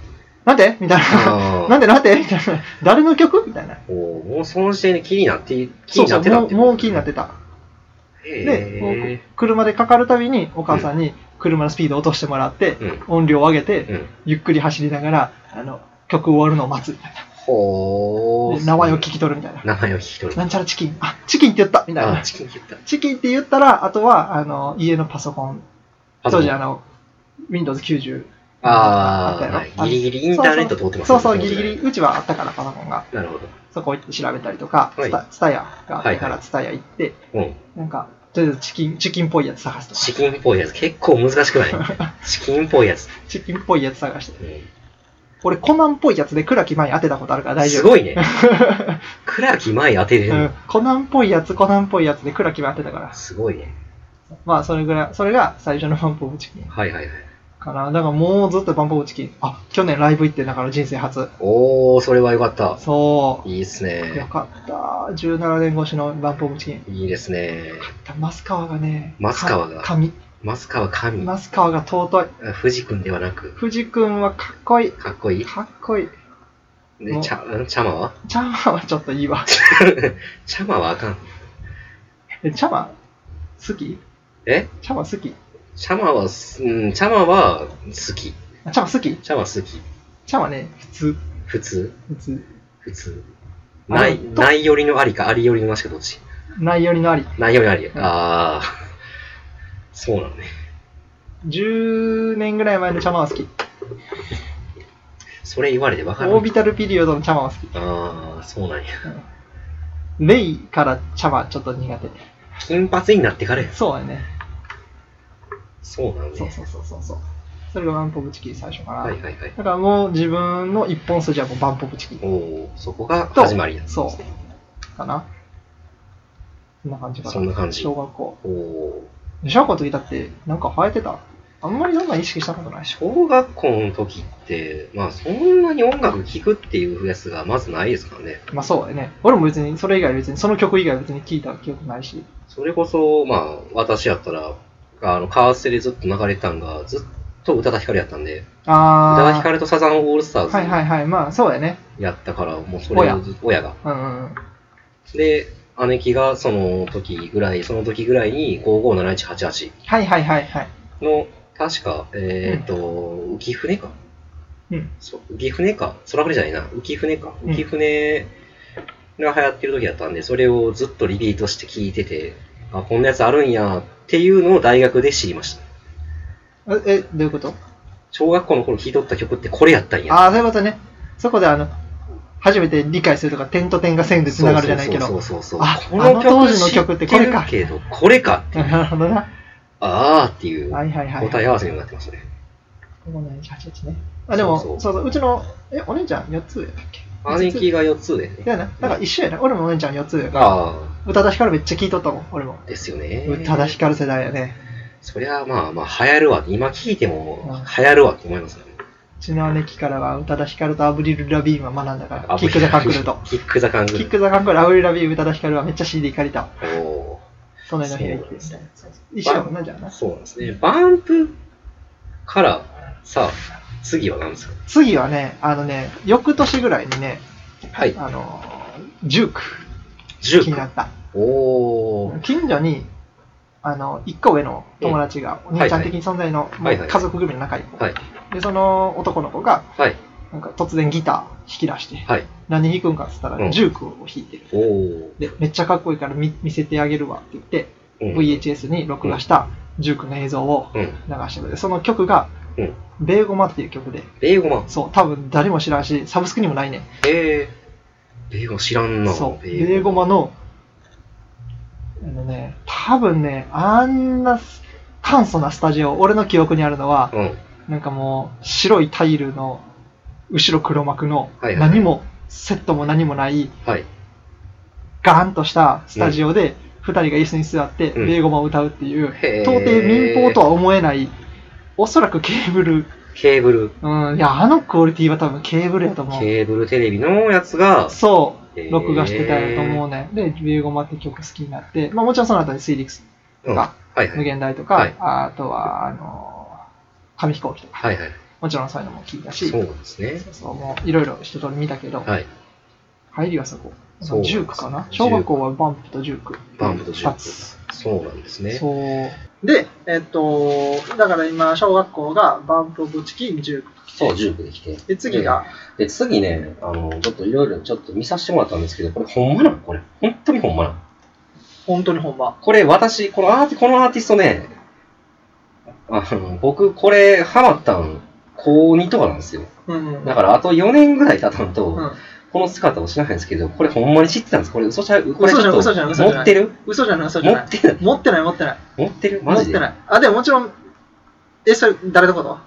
なんでみたいあな。ーなんでなんでみたいな。誰の曲みたいな。おお、もうその時点で気になって、気そうになそってう、たもっうて。もう気になっててた。で、こへうえ。車でかかるたびにお母さんに車のスピードを落としてもらって、うん音量を上げて、うん。ゆっくり走りながら、あの、曲終わるのを待つみたいほな。お。で名前を聞き取るみたいな。名前を聞き取る。なんちゃらチキン。あ、チキンって言ったみたいあなあ、。チキン切った。チキンって言ったら、あとは、あの、家のパソコン。当時、あの、の、Windows90。あったやろあ、はいギリギリインターネット通ってますそねうそう、ギリギリ。。うちはあったから、パソコンが。なるほど。そこ行って調べたりとか、はツいタツタヤがあってかはいはらいツタヤ行って、うん。なんか、とりあえずチキン、チキンっぽいやつ探すとチか。キンっぽいやつ。結構難しくない チキンっぽいやつ。チキンっぽいやつ探して。うん俺、コナンっぽいやつで倉木前に当てたことあるから大丈夫。すご いね。倉木前当てれるうんの。、コナンっぽいやつ、コナンっぽいやつで倉木前当てたから。すごいね。まあ、それぐらい、それが最初のバンポブチキンはいはいはい。かな。だからもうずっとバンポブチキン。あ、去年ライブ行ってだから人生初。おー、それはよかった。そう。いいですよね。かった。17年越しのバンポブチキン。いいですね。マスカワがね、マスカワがか神。松川神。マスカワが尊い。藤君ではなく、藤君はかっこいい。かっこいい。かっこいい。で、ちゃ、んチャマは チャマはちょっといいわ。チャマはあかん。えチャマ好きえチャマ好きチチャマはす、うん、チャマは好き。チャマ好きャマ好き。チャマね、普通。普通普通。普通。あのない、とないよりのありか、ありよりのなしかどっちないよりのあり。ないよりのありやう。んあー。 そうなのね。 10年ぐらい前のチャマは好き。それ言われてわかるオー。ビタルピリオドのチャマは好き。あー、そうなんや。レイからチャマちょっと苦手。金髪になってからや。そうだね。そうなんそうね。そうそうそうそう。それがワンポブチキン最初かな。はいはいはい。だからもう自分の一本筋はもうバンポブチキンおおー、そこが始まりや。そう。かな。そんな感じかな。そんな感じ小学校。おお小学校の時だって、なんか生えてた。あんまりそんなん意識したことないでしょ。小学校の時って、まあそんなに音楽聴くっていうやつがまずないですからね。まあそうだよね。俺も別に、それ以外別に、その曲以外別に聴いた記憶ないし。それこそ、まあ私やったら、あの、カーセでずっと流れてたんが、ずっと宇多田ヒカルやったんで、宇多田あヒカルとサザンオールスタあ。はいはーいはい。まあそうだよね。ズやったから、もうそれをずっと親が。うんうんうん。で、姉貴がその時ぐらい、その時ぐらいに557188はいはいはいはい。の、確か、えっ、と、浮き船かうん。そう浮舟か、空船じゃないな、浮舟か、うん浮舟が流行ってる時だったんで、それをずっとリピートして聞いてて、あ、こんなやつあるんやっていうのを大学で知りました。え、えどういうこと小学校の頃聴いとった曲ってこれやったんや。ああ、そういうことね。そこであの、初めて理解するとか、点と点が線でつながるじゃないけそど。うそうそうそうあこのあの当時曲の知曲っっててこれかるけど、これかっていう、 なるほどな。あーっていうはいはいはい。答え合わせになってましたね。 5578ね。あ、でも、そそううそそううちの、え、お姉ちゃん4つ上だっけ姉貴が4つでね。だよな。なんか一緒やな。俺もお姉ちゃん4つ上やから。あ宇多田ヒカルめっちゃ聞いとったもん、俺も。ー、ですよね。宇多田ヒカル世代やね。そりゃまあまあ流行るわ。今聴いてもうん流行るわって思いますね。うちの姉貴からは宇多田ヒカルとアブリル・ラビーンは学んだから、キック・ザ・カンクルと。キックザカンクキル。ック・ザ・カンクル、アブリル・ラビーン、宇多田ヒカルはめっちゃ CD 借りた。お隣の部屋行ってみたいな。一緒やもんな、じゃあーな。そうなんですね。バンプからさ、次は何ですか次はね、あのね、翌年ぐらいにね、はい。あのー、ジュークジュ気になーった。ク。おー。近所にあの1個上の友達が、んお兄ちゃん的存在の、はいはいまあ家族組の仲いい子、はい。でその男の子がはい。なんか突然ギター弾き出して、はい。何弾くんかっつったら、うんジュークを弾いてるおー。でめっちゃかっこいいから見見せてあげるわって言って、うん VHS に録画した19の映像をうん。流してくれて、その曲が、うんベーゴマっていう曲で、ベーゴマ。そう、多分誰も知らんし、サブスクにもないねん。えー、ベーゴマ知らんな。そう、ベーゴマの、あのね、多分ね、あんな簡素なスタジオ、俺の記憶にあるのは、うん。なんかもう、白いタイルの、後ろ黒幕の、はいはい何も、セットも何もない、はい。ガーンとしたスタジオで、2人が椅子に座って、うんベーゴマを歌うっていう、へー到底民放とは思えない、おそらくケーブル、ケーブル。うん、いや、あのクオリティは多分ケーブルやと思う。ケーブルテレビのやつが、そへーう、録画してたやと思うね。で、ビューゴマって曲好きになって、まあもちろんその後に水陸うん。あはいは無い。限大とか、はいあとは、あのー紙飛行機とか、はいはい。もちろんそういうのも聞いたし、そうなんですねそ。うそうもういろいろ一通り見たけど、はい。入りはそこ。そうなんです19かな小学校はバンプと19。バンプとジュ二つーク。そうなんですね。そう。で、えっと、だから今、小学校がバンプオブチキン19。そう、ジュークできて。で、次が、で、次ね、あの、ちょっといろいろちょっと見させてもらったんですけど、これほんまなんこれ。本当にほんまなん本当に本場。これ私、このアーティこのアーティストね、あの、僕、これ、ハマったん、高2とかなんですよ。うん。だから、あと4年ぐらい経たんと、うんこの姿をしないんですけど、これほんまに知ってたんです。これ嘘ちゃうこれちょっと、嘘じゃない嘘じゃない持ってる嘘じゃない、嘘じ持ゃないっ。てる持ってない、持ってない。持ってる持マっジてでない。あ、でももちろん、え、それ、誰のこと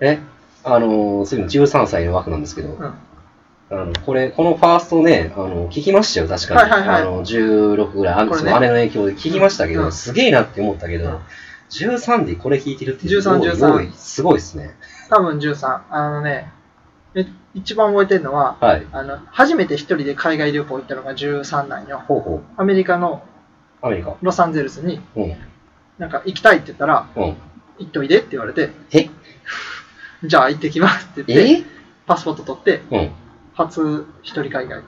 えあの、そういうの13歳の枠なんですけど、うん。はあの、これ、このファーストね、あの、聞きましたよ、確かに。はいはいはいあの、16ぐらい、あの、これそねのあれの影響で聞きましたけど、うんすげえなって思ったけど、うん13でこれ弾いてるっていう13すごい13すごい、すごいですね。多分13。あのね、え一番覚えてるのは、はい。あの、初めて一人で海外旅行行ったのが13なんよ。ほうほう、アメリカのアメリカ。ロサンゼルスに、うん。なんか行きたいって言ったら、うん。行っといでって言われて、えじゃあ行ってきますって言って、えパスポート取って、うん。初一人海外。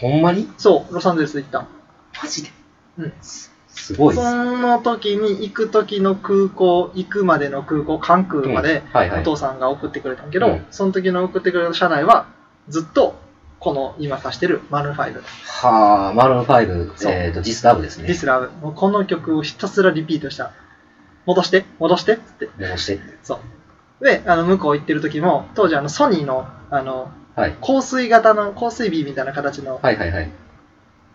ほんまにそう、ロサンゼルス行った。マジでうんすすごいっす。その時に行く時の空港、行くまでの空港、関空まで、うんはいはおい。父さんが送ってくれたんやけど、うんその時の送ってくれた車内はずっとこの今貸してるマルーン5、はあ、マロン5、そうえっ、と、ディスラブですディね。スラブもうこの曲をひたすらリピートした戻して戻してっつって戻して。そうであの向こう行ってる時も当時あのソニーのあのはい。香水型の香水瓶みたいな形のはいはいはい。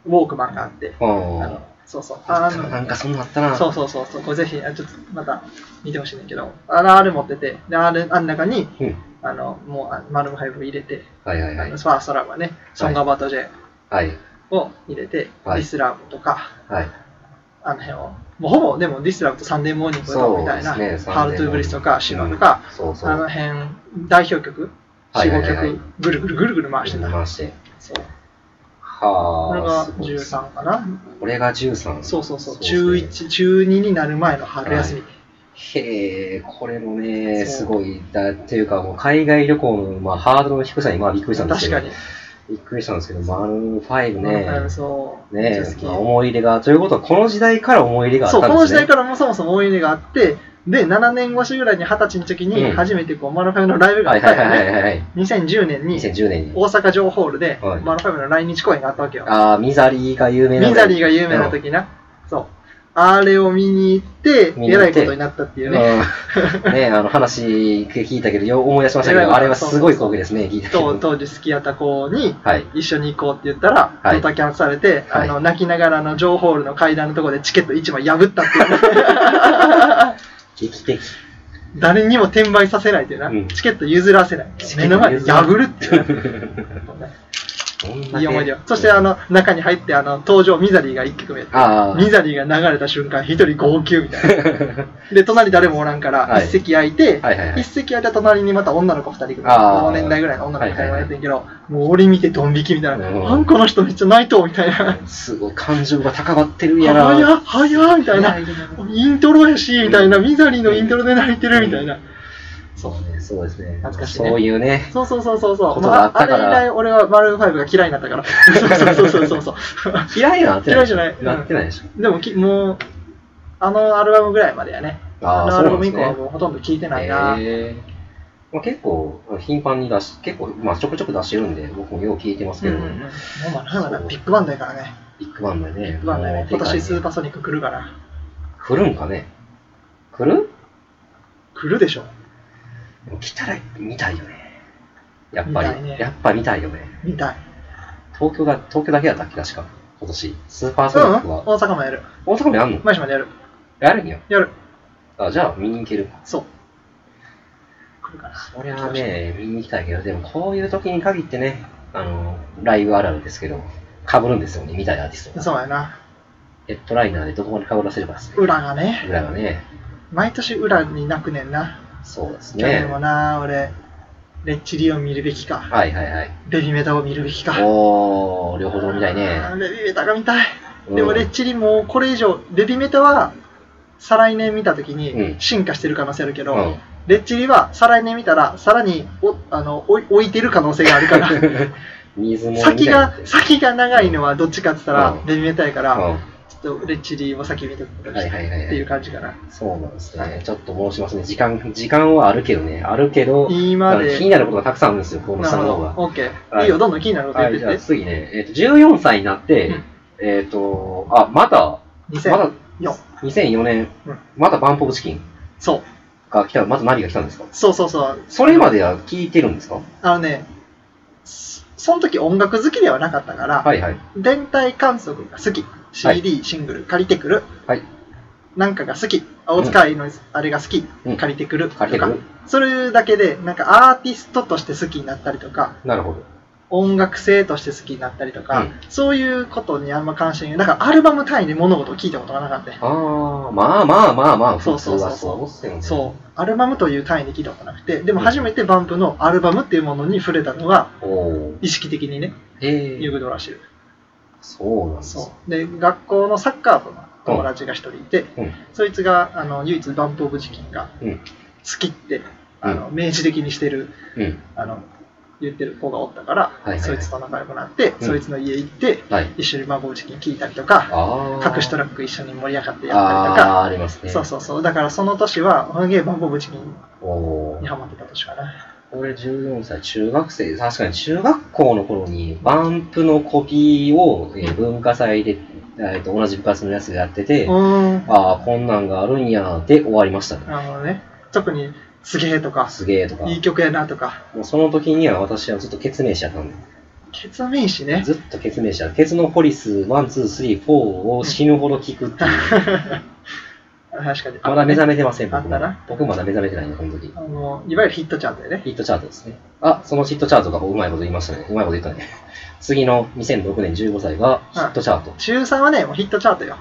ウォークマンがあって、あうんの。そうそうああったななんかそんなのあったのな。そうそうそうそうこれぜひあちょっとまた見てほしいんだけどあのあれ持っててであれあん中にうん。あのもうあマルーン5入れて、はいはいはあいの。ファーストラブはね「ソングアバート J」はい。を入れて、はいディスラブとか、はい。あの辺を、もうほぼでもディスラブとサンデーモーニングそうみたいな、ですねハールトゥーブリスとか、シマとか、、うんそうそう。あの辺、代表曲、は4、いはい5はいはい曲、ぐるぐるぐるぐる回してた。回して。そう。これはがあ、すごいですね13かな。これが13。そうそうそう、です中ね。 1、中2になる前の春休み。へえ、これもね、そうすごい、だっていうか、もう海外旅行の、まあ、ハードルの低さに、まあ、びっくりしたんです確けど、かに。びっくりしたんですけど、マルーン5うねん、そう。めねっちゃ好きまあ思い入れが、ということは、この時代から思い入れがあっそう、たこんですのね。時代からもそもそも思い入れがあって、で、7年越しぐらいに20歳の時うにん初めてこう、マルファイのライブがあはいったはんいはよいね。はいはい。 2010年に2010年に。大阪城ホールで、はいマルファイブの来日公演があったわけよ。ああ、ミザリーが有名な。ミザリーが有名な時な。そう。あれを見に行って、見にえ行っらていことになったっていうね。うんね、あの話聞いたけど、よう思い出しましたけえらいど、ことあれはすごい光景ですね、聞いたけ当ど。当時好きやった子に、はい。一緒に行こうって言ったら、はいドタキャンされて、はいあの泣きながらの情報ールの階段のところでチケット1枚破ったっていうね、劇的。 誰にも転売させないっていうな、うんチケット譲らせないチケ目ットの前で譲ら破るっていうねどんだけいい思い出をそしてあ、の中に入ってあの登場ミザリーが1曲目ああ、ミザリーが流れた瞬間一人号泣みたいなで隣誰もおらんから、はい一席空いて、はいはいはい一。席空いた隣にまた女の子二人ぐらあい、ーこの年代ぐらいの女の子二人はいもはいやはいってんけど、もう俺見てドン引きみたいな、うんあんこの人めっちゃ泣いとうみたいな、すごい感情が高まってるやら。早っ早っみたいな、いやいやイントロやし、みたいな、うんミザリーのイントロで泣いてるみたいな。そうね、そうですね。懐かしいねそういうね。そうそうそうそうそこう、とまがあっあ、あたれか以ら来俺はマルーン5が嫌いになったから。 そうそうそうそうそう。嫌いなってないでしょ。嫌いじゃないなってないでしょ。でもき、もう、あのアルバムぐらいまでやね。あーあのアルバム以降はそうなんですねもうほとんど聴いてないな。えーまあ、結構、頻繁に出し、結構、まあ、ちょくちょく出してるんで、僕もよう聞いてますうんけうど、んうんもうまあなんだビッグバンドやからね。ビッグバンドやね。ビッグバンドやね。今年スーパパーソニック来るから。ー。来るんかね。来る来るでしょ。でも来たら見たいよね。やっぱ見たいり、ねやっぱ見たいよね。見たい。東京だ、東京だけだったっけ確か。今年。スーパーうソんニうん、ックは。大阪もやる。大阪もやんの前島でやる。やるんや。やる。あ、じゃあ見に行ける。そう。来るかな。そりゃね、見に行きたいけど、でもこういう時に限ってね、あの、ライブあるあるですけど、被るんですよね、見たいアーティストが。そうやな。ヘッドライナーでどこまで被らせればですね。裏がね、裏がね、毎年裏になくねんな。そうです去ね年。もな、俺、レッチリを見るべきか、はいはいはい。ベビメタを見るべきか。おー、両方とも見たいね。あーベビメタが見たい。うんでもレッチリもうこれ以上、ベビメタは再来年見たときうにん進化してる可能性あるけうど、ん。レッチリは再来年見たら、さらにおあのおい置いてる可能性がある から、水もみたい先になっがてる先が長いのはどっちかって言ったらうんベビメタやかうら、んちょっとレッチリを先見とくことにはいしはていはいはいっていう感じかな。そうなんですね。ちょっと申しますね。時間、時間はあるけどね。あるけど、今あので気になることがたくさんあるんですよ、このなる3ほのど方が。。オッケはー。いいいよ、どんどん気になること言はっい、てじゃっあて。次ね、えっと14歳になって、うんえっ、と、あ、まだ、まだ2004。 2004年、うんまだバンポブチキンそう。が来た、まず何が来たんですかそうそうそう。それまでは聞いてるんですかあのね、そその時音楽好きではなかったから、はいはい。全体観測が好き CD、シングル借りてくる、はいなんかが好き青塚愛のあれが好き、うん借りてくるとか借りてくるそれだけでなんかアーティストとして好きになったりとかなるほど。音楽性として好きになったりとか、うんそういうことにあんま関心がだからアルバム単位で物事を聞いたことがなかった、あー、まあまあまあまあ、そうそうそうそうっすよね。そうアルバムという単位で聞いたことなくてでも初めてバンプのアルバムっていうものに触れたのはう。おー。意識的にねえユーグドラしてるそうなんですよ。そうで学校のサッカー部の友達が一人いて、うん。そいつがあの唯一バンプ・オブ・チキンがうん好きってあの明示的にしてるうん。あの言ってる子がおったから、いはいはいそいつと仲良くなって、うんそいつの家行ってはい。一緒に孫ブチキン聞いたりとかあー。各種トラック一緒に盛り上がってやったりとあか、ー、ありますね。そうそうそうだからその年はすげえバンプ・オブ・チキンおーにハマってた年かな俺14歳、中学生、確かに中学校の頃に、バンプのコピーを、えー文化祭で、えーと同じ部活のやつがやってて、うーんああ、こんなんがあるんや、で終わりましたね。なるほどね特にすげえとかすげえとか。いい曲やなとかもうその時には私はずっと決明者やったんで、ケツメイシねずっと決明者、ケツのポリス、ワン、ツー、スリー、フォーを死ぬほど聞くっていう。 確かにまだ目覚めてません、あ僕ったなま僕まだ目覚めてないね、この時あ。のいわゆるヒットチャートでねヒットチャートですね。あ、そのヒットチャートがうまいこと言いましたね。うまいこと言ったね。 次の2006年15歳がヒットチャート。中3はねもうヒットチャートよ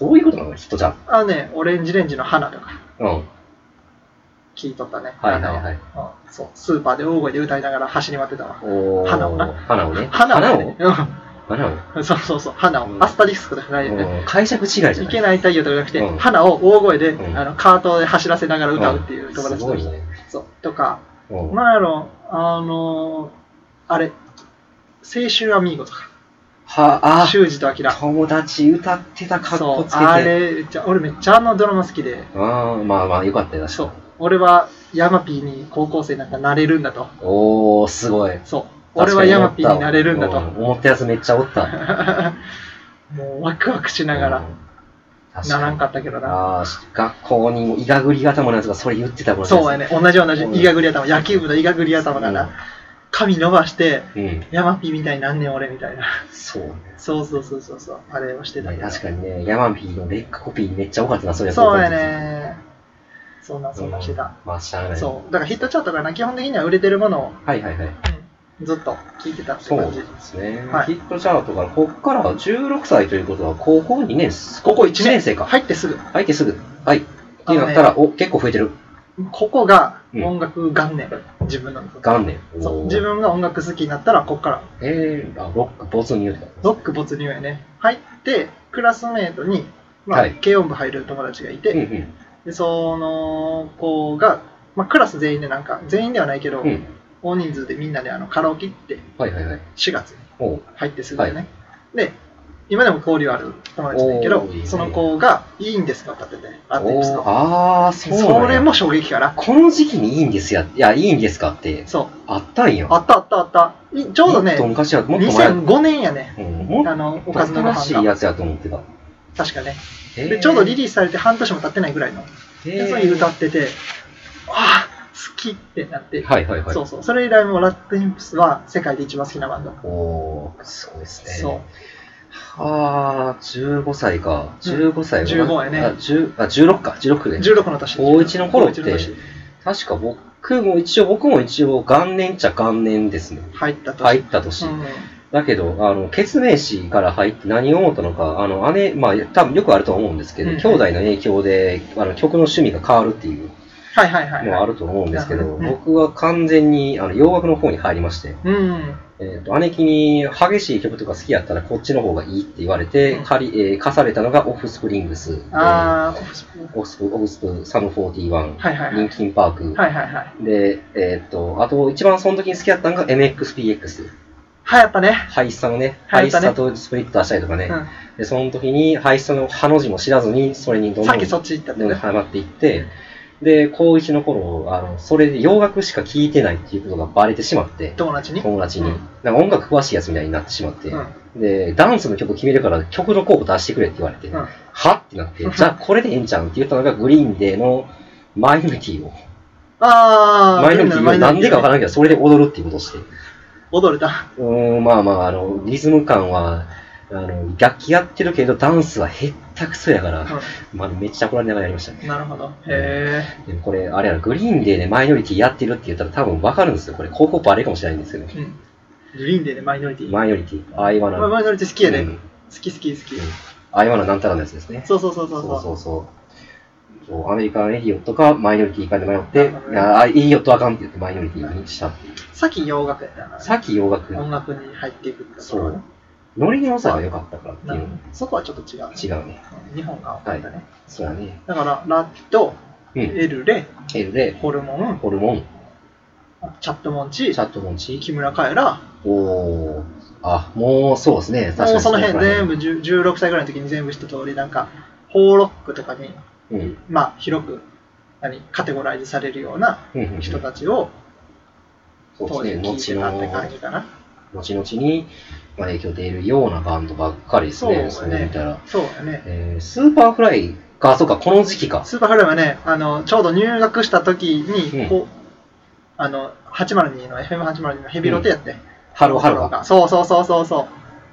どういうことなのヒットチャーあのね、オレンジレンジの花とかト。うん。聞いとったね。はいはいはいあのうんそう、スーパーで大声で歌いながら走り回ってたわ。おー花をな花をね。花花ををね、花をうんそうそうそう、花を、うんアスタリスクとかないよね。うん解釈違いじゃないいけない太陽とかじゃなくて、うん花を大声で、うんあのカートで走らせながら歌うっていう友す達ごと、いね。そうとか、うんなんやろ、あのーあれ、青春アミーゴとか、は、あ、修二とアキラ。友達歌ってた格そ好うつ、けて。あれ、めっちゃ俺めっちゃあのドラマ好きで、あーまあまあ、よかったよ、そう確か、俺はヤマピーに高校生なんかなれるんだと。に。おおすごい。そう。俺はヤマピーになれるんだうと。思ったやつめっちゃおった。もうワクワクしながうんら、。確なからんに。かったけどな。ああ、し学校にも、いがぐり頭のやつがそれ言ってたもんそうやね。ね。同じ同じう。んイガグリ頭。野球部のイガグリ頭がうんな。髪伸ばして、うん。ヤマピーみたいになんねん俺みたいな。そうね。そうそうそうそうそう。あれをしてたけど。確かにね、ヤマピーのレックコピーめっちゃ多かったな、それそうや。ね。そんなそんなしてた。まあ、しゃあない。そう。だからヒットチャートがな、基本的には売れてるものをはいはいはい。うんずっと聞いてたってそう感じ。ですね。はいヒットチャートから、こっから16歳ということは、高校2年、高こ校こ1年生か。入ってすぐ。入ってすぐ。はい。ってなったら、お、結構増えてる。ここがうん音楽元年。自分の。元年。そうおー自。分が音楽好きになったらここからえー、あ、ロック、没入とか。ロック没入やね入ってクラスメートに、まあはい軽音部入る友達がいて、うんうん。でその子が、まあ、クラス全員でなんか全員ではないけど、うん。大人数でみんなであのカラオケ行ってはいはいはい。 4月におー入ってすぐだね、で今でも交流ある友達だけどおーいいねその子が「いいんですか?」歌っててアーティスおートあー、そうなんやそれも衝撃からこの時期にいいんですや、いや、いいんですかって、そうあったんや。あったあったあったいちょうどもねっと昔は、もっと前。 2005年やねうん、もあっのおとかずのご新し飯いがやつやと思ってた。確かねえでちょうどリリースされて半年も経ってないぐらいのへでーそれに歌ってて、ああ、好きってなって、はいはいはい。そうそう、それ以来もラッドインプスは世界で一番好きなバンド。おー、すごいですね。そう。はあ、15歳か。15歳かな。 15やねあ、10あ16か。16で。 16の年。高一の頃って高一の年確か僕も一応、僕も一応、元年っちゃ元年ですね。入った年。入った年。だけど、あの、結名詞から入って何を思ったのか、あの、姉、まあ、多分よくあるとは思うんですけど、うん兄弟の影響で、あの、曲の趣味が変わるっていうはいはいはいのはい。はあると思うんですけど、はいはい僕は完全に、あの、洋楽の方に入りまして、うん。えー、と姉貴に激しい曲とか好きやったらこっちの方がいいって言われて、うん借りえー貸されたのがオフスプリングス、ああ、オフスプーンえーオフスプオフスプサム41、はいはいはリンい。キンパーク、はいはいはい。で、えっとあと一番その時に好きやったのが MXPX 流行ったね。ハイスタのねハハイイスタスねタとスプリッターしたりとかね、うんでその時にハイスタのハの字も知らずにそれにどんどさんっきそっち行ったどんどんね。ハマっていってで高一の頃あのそれで洋楽しか聴いてないっていうことがバレてしまって友達に。友達に、うんなんか音楽詳しいやつみたいになってしまって、うんで、ダンスの曲決めるから曲の候補出してくれって言われて、うんはってなってうん、じゃあこれでええんちゃうんって言ったのがグリーンデーのマイノリティを。ああ、マイノリティをなんでかわからんんけど、それで踊るっていうことをして。踊れた。うーん、まあまあ、あの、リズム感は、あの、楽器やってるけど、ダンスはへったくそやから、まあ、めっちゃ怒られながらやりましたね。うんなるほど。へでもこれ、あれやろ、グリーンデーでマイノリティやってるって言ったら多分わかるんですよ。これ、高校バレかもしれないんですけど、え。うん。グリーンデーでマイノリティ。マイノリティ、アイワナ。まあマイノリティ好きやね。う好んき好き好き。あいわのなんたらのやつですね。そうそうそうそそううそそうそう。そうアメリカンエディオットかマイノリティかで迷っなて、るほどいねやあエディオットあかんって言ってマイノリティにしたっていう。う。さっき洋楽やったな。さっき洋楽、音楽に入っていくってところねノリの良さが良かったからってないるうほどそこはちょっと違う。違うね。日本が分かったね。そうだね。だから、ラッド、うん。エルレ、エルで、ホルモン、ホルモン、チャットモンチチ、ャットモンチ、木村カエラ、おー。あ、もうそうですね。確かにもうその辺全部。部10 16歳ぐらいの時に全部一通りなんか、ホーロックとかに、うん。うんまあ、広く何カテゴライズされるようなうんうん。人たちをそ当う時です聞ね。い後てたって感のじ、かな。後々に、まあ、影響出るようなバンドばっかりですね。そそううだね見たら。そうだね。えースーパーフライか、そうか、この時期か。スーパーフライはね、あのちょうど入学した時に、うんこうあの802の FM802 のヘビロテやって、ハローハローが。そうそうそうそうそう。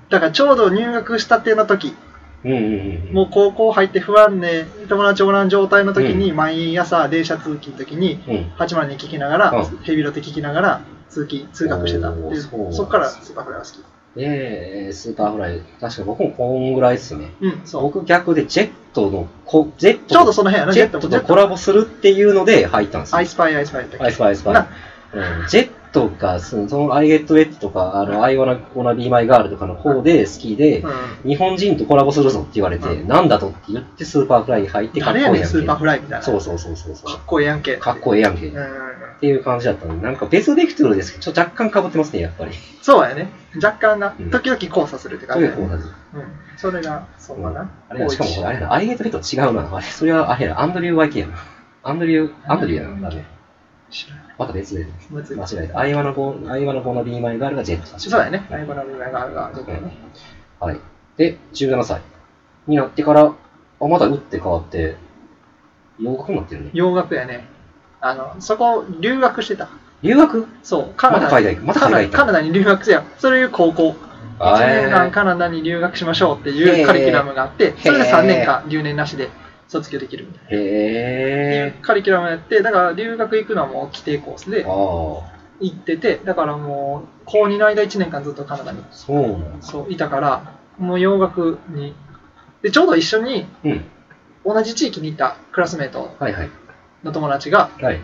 だからちょうど入学したての時、うんうんうんうん。もう高校入って不安で友達おらん状態の時に、毎朝電車通勤の時にうん。 802聞きながら、うんヘビロテ聞きながら通勤通学してたおーでそうそっからスーパーフライは好き。で、えースーパーフライ、確か僕もこんぐらいですね。うん、そう。僕逆でジェットのこ、ジェットとちょうどその辺やな、ジェットとコラボするっていうので入ったんですよ。アイスパイアイスパイだったっけアイスパイアイスパイなうんジェットが、その、そのアイゲットウェットとか、あの、アイワナコナビーマイガールとかの方で好きで、うん日本人とコラボするぞって言われて、うなんだとって言ってスーパーフライに入ってかっこ誰やねいいやんけ。ん、スーパーフライみたいな。そうそうそうそうそかっこええやんけ。う。かっこええやんけ。うんうんうん。っていう感じだったので、なんか別ベクトルですけど、ちょっと若干被ってますね、やっぱり。そうやね。若干なう、ん時々交差するってそ感ういじうだね。感じ。うん。それが、そうかな。あれだしかも、あれだ、アイゲートヘッド違うな。あれ、それは、あれだ、アンドリュー・ワイキやな。アンドリュー、アンドリューやな。だね。知らないまた別で。むずい間違えた。アイワナボー、アイワナボーのビーマイガールがジェットだそうやね。ライブラリーがあるが、ちょっとうねん。はい。で、17歳になってから、あ、まだ打って変わって、洋楽になってるね。洋楽やね。あの、そこ、留学してた。留学そう、カナダまだ海外まだカ海ナダ外行ったカナダに留学せよ。それいう高校。1年間あカナダに留学しましょうっていへうーカリキュラムがあって、それでへー3年間留年なしで卒業できるみたいな。えー。へカリキュラムやって、だから留学行くのはもう規定コースえでー。ああ、行ってて、だからもう、高2の間1年間ずっとカナダにそうなんです。そういたから、もう洋楽に。で、ちょうど一緒にうん。同じ地域にいたクラスメートはいはい。の友達が、はい。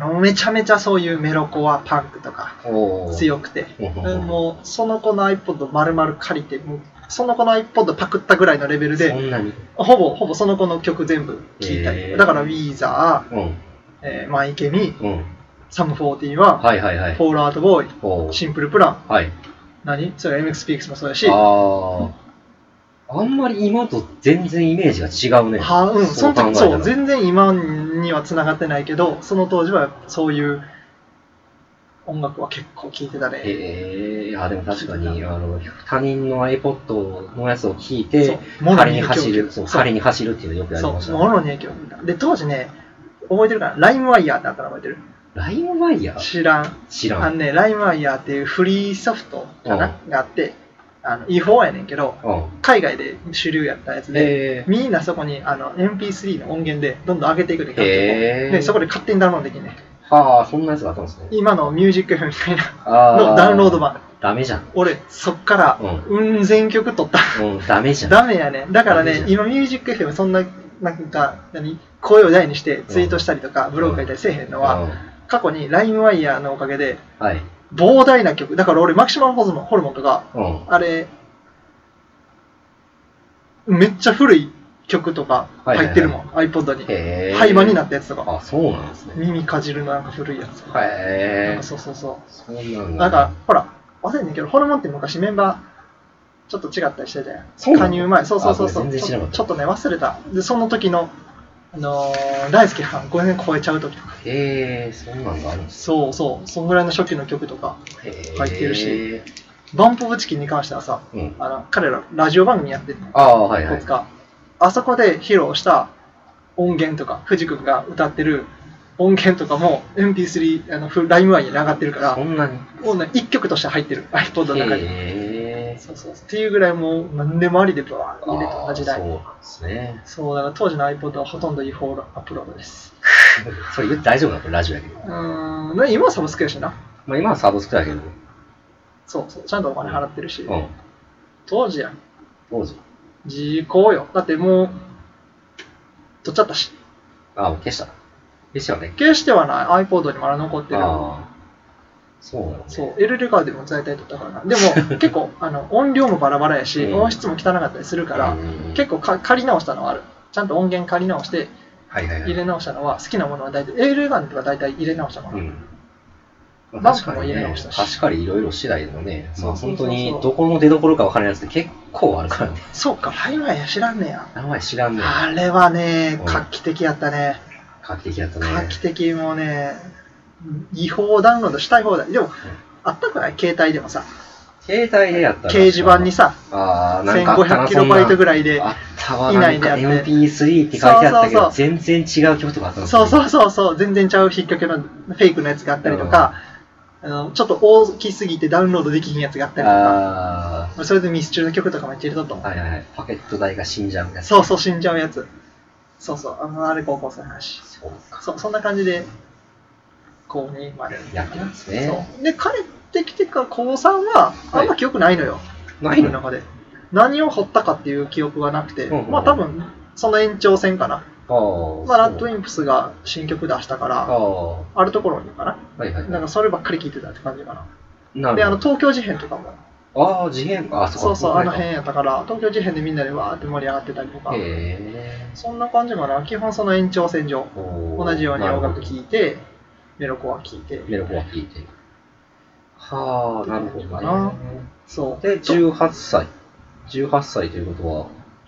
もうめちゃめちゃそういうメロコアパンクとかおー。強くて、うんうんうんもうその子の iPod 丸々借りてもうその子の iPod パクったぐらいのレベルそでんなに。ほぼほぼその子の曲全部聴いたりとか、へーだからウィーザうん。ー、えーマイケミうん。サム41は、はいはいはい。ポールアートボーイおーシンプルプランはい。何それ MXPX もそうだしああ。あんまり今と全然イメージが違うね。はうん、その考え時たらそう全然今には繋がってないけどその当時はそういう音楽は結構聴いてたね、ええあ、でも確か に、あの、他人の iPod のやつを聞いそてう、モノ仮にに影響を受走ける、るそう、そう仮に走るっていうのをよくやりましそたうね。モロに影響を受けたで当時ね覚えてるかなライムワイヤーってあったら覚えてるライムワイヤー知らん。知らあん。のね、ライムワイヤーっていうフリーソフトかな、があって、あの、違法やねんけど、うん。海外で主流やったやつで、えみんなそこにあの MP3 の音源でどんどん上げていくね、ー。へー。でそこで勝手にダウンロードできんねはあ、そんなやつがあったんですね。今のミュージックみたいなあのダウンロード。版ダメじゃん。俺そっからううん全曲取ったん。うん、ダメじゃん。ダメやねだからダメねじ今ミュージック FM そんななんか何声を大にしてツイートしたりとかブログ書いたりせえへんのはう過去に LINEWIRE のおかげでんはい。膨大な曲だから俺マキシマムホズモンホルモンとかうん。あれめっちゃ古い曲とか入ってるもん、iPod にへー。廃盤になったやつとかあ、そうなんですね。耳かじるのなんか古いやつ。なんへかー。そうそうそそうなんう。だ。なんか、ほら、忘れんねんけど、ホルモンって昔メンバー、ちょっと違ったりしてたやん。そうなの加入前、そうそうそうそあう。ごめん全然知らなかったちょっとね、忘れた。で、その時の、あのー大好きはん、5年超えちゃう時とか。へー、そんなんがあるんですそうそう、そんぐらいの初期の曲とか。ね。入ってるし。バンポブチキンに関してはさ、うん。あの彼らラジオ番組やってるの。ああ、はいはいつ。か、あそこで披露した音源とか、藤君が歌ってる音源とかも MP3、あのライムワインに上がってるから、そんなに。もうね、一曲として入ってる、iPod の中に。へー。そうそうそうっていうぐらいもう何でもありでブワーンと入れてあたあ、時そう代。なんですね。 そうだから当時の iPod はほとんど違法アップロードです。それ言って大丈夫なのこれラジオやけどう。ーん、ね今はサブスクやしな。まあ今はサブスクだけど。そうそう、ちゃんとお金払ってるし。うん。当時や、当時。時効よ。だってもう、取っちゃったし。ああ、もう消した。消したよね。決してはない iPod にまだ残ってる。ああ。そうなの、ね。そう、LL カーでも在体取ったからな。で も結構あの音量もバラバラやし、うん音質も汚かったりするから、うん結構か借り直したのはある。ちゃんと音源借り直して、はいはいはい。入れ直したのは好きなものは大体 AL ガンとか大体入れ直したかうな、ん。まあバン確プかもに入れね直した、し確かにいろいろ次第でもね、まそあうそうそうそ本う当にどこの出どころか分からないやつって結構あるからね。そうかライマイヤ知らんねや名前知らんねあれはねうん画期的やったね画期的やったね。画期的もうね違法ダウンロードしたい放題でもあったくない携帯でもさ携帯でやった掲ら示板にさああ、なんかあったな、 1500キそロんなバイトぐらいであったわ、以なん内でかやって MP3 って書いてあったけど、そうそ全然違う曲とかあったんです。そうそううそうそう全然ちゃう引っ掛けのフェイクのやつがあったりとか、あのちょっと大きすぎてダウンロードできひんやつがあったりとかあそれでミスチルの曲とかめっちゃ入れとったもんあ、はいはいはい。パケット代が死んじゃうみたいな。そうそう死んじゃうやつそうそうあのあれ高校生の話そうか。そうそんな感じで高2までやってますね。そうで帰ってきてから高3はあんま記憶ないのよ、ない僕のの中で何を掘ったかっていう記憶がなくて、うんうんまあ多分その延長線かな、ああ。まあ、ラッドウンィンプスが新曲出したかあらあ。あるところにかなはいはい。なんかそればっかり聞いてたって感じかななであのるほ東京事変とかもど。ああ、次元か。あ、そうそうあの辺へやったから東京事変でみんなでわーって盛り上がってたりとかえ。そんな感じかな基本その延長線上同同じように音楽い聴いてメロコア聴いてて。メロコは聴いて。はあ、なるほどな。そうで、18歳。18歳ということは、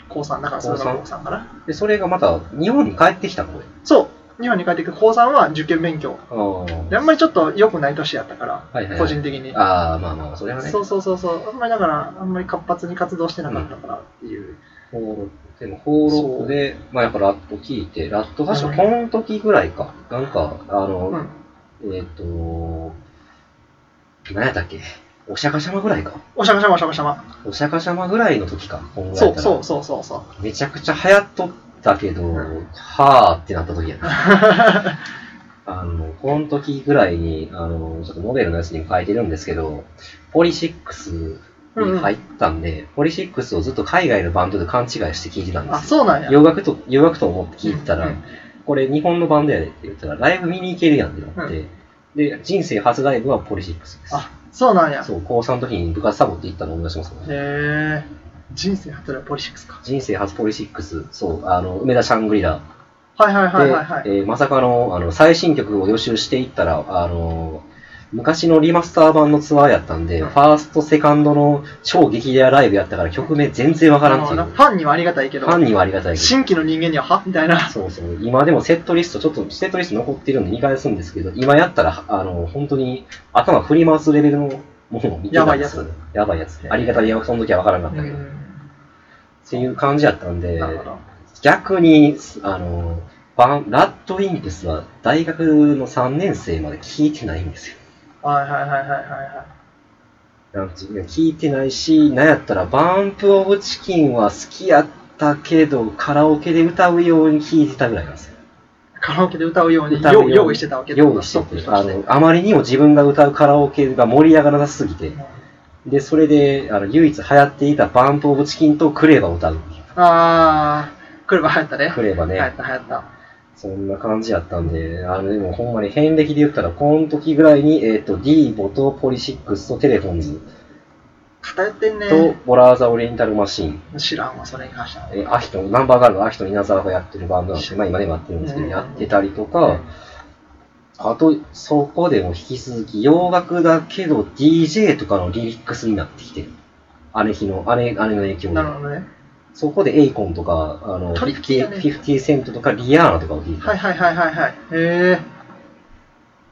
高3だからそれが高高3かなでそれがまた日本に帰ってきたのそう日本に帰ってくる高3は受験勉強こであんまりちょっと良くない年やったから、はいはいはい個人的にああ、まあまあ、それはね。そうそうそうそうあんまりだからあんまり活発に活動してなかったからっていう、ホーロック。でも、ホーロックで、まあやっぱラット聞いて、ラット確かこの時ぐらいか。なんか、あうんの、えっと、何やったっけお釈迦様ぐらいか。おしゃましゃましゃましゃまお釈迦様ぐらいの時か。こんぐらいそやっうたらそうそうそう そうめちゃくちゃ流行っとったけど、んはぁってなった時やな。あの、この時ぐらいに、あの、ちょっとモデルのやつにも書いてるんですけど、ポリシックスに入ったんで、ポリシックスをずっと海外のバンドで勘違いして聴いてたんであすよ。そうなんや洋楽と、洋楽と思って聴いてたら、うんこれ日本のバンドやでって言ったら、ライブ見に行けるやんってなって、で、人生初ライブはポリシックスです。あそうなんやへそう、高3の時に部活サボって行ったの思い出しますもんね。え人生初のポリシックスか人生初ポリシックス、そう、あの、梅田シャングリラはいはいはいはいはいで、えーまさかのあの最新曲を予習していったら、あの昔のリマスター版のツアーやったんで、うんファースト、セカンドの超激レアライブやったから曲名全然わからんっていあのう。ファンにはありがたいけフどァンにはありがたいけど。新規の人間にははみたいなそうそう。今でもセットリスト、ちょっとセットリスト残ってるんで見返すんですけど、今やったら、あの、本当に頭振り回すレベルのものを見てたんですよやばいやつ。ありがたいやつ。その時はわからなかったけど。っていう感じやったんで、なるほど逆に、あの、バン、ラッドウィングスは大学の3年生まで聞いてないんですよ。はいはいはいはいはい。なんか自分は聞いてないし、なんやったら、バンプオブチキンは好きやったけど、カラオケで歌うように聞いてたぐらいなんですよ。カラオケで歌うように歌うよう用に用意してたわけだ用意してて、あの、あまりにも自分が歌うカラオケが盛り上がらなすぎて、で、それで、あの、唯一流行っていたバンプオブチキンとクレバを歌う。あー、クレバ流行ったね。クレバね流行った流行った。そんな感じやったんで、あの、でもほんまに遍歴で言ったら、この時ぐらいに、えっ、と、ディーボとポリシックスとテレフォンズ偏ってんとね。ボラーザオリエンタルマシーン、知らんわ、それに関しては。えアヒト、ナンバーガールのアヒト稲沢がやってるバンドなんですけど、まあ今でもやってるんですけど、うんやってたりとか、あと、そこでも引き続き洋楽だけど DJ とかのリリックスになってきてる。姉妃の、姉、姉の影響なるで。ほどね。そこでエイコンとか、あの、トリッキーだね50 50セントとかリアーナとかを聴いてるはいはいはいはいはい。へ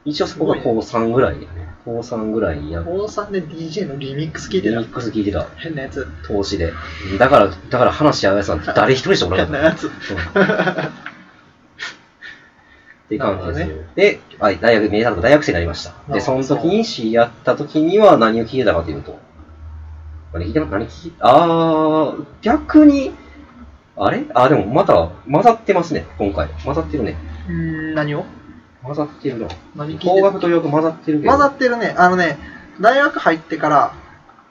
一応そこが高3ぐらいだよね。高3ぐらいえ。やっ高3で DJ のリミックス聞リいてリたッ。クス聞いてた。変なやつ。投資で。だから、だから話し合うやつな んて誰一人しかおらな変なかった。やつ。 って感じですなるよ。で、はい、大学、明太子大学生になりました。なるで、ほそどの時に知り合った時には何を聞いてたかというと、何聞いた何聞いあー、逆に、あれあ、でもまた混ざってますね、今回。混ざってるね。うーん、何を混ざってるな。何聞いて邦楽と洋楽混ざってるけど。混ざってるね。あのね、大学入ってから、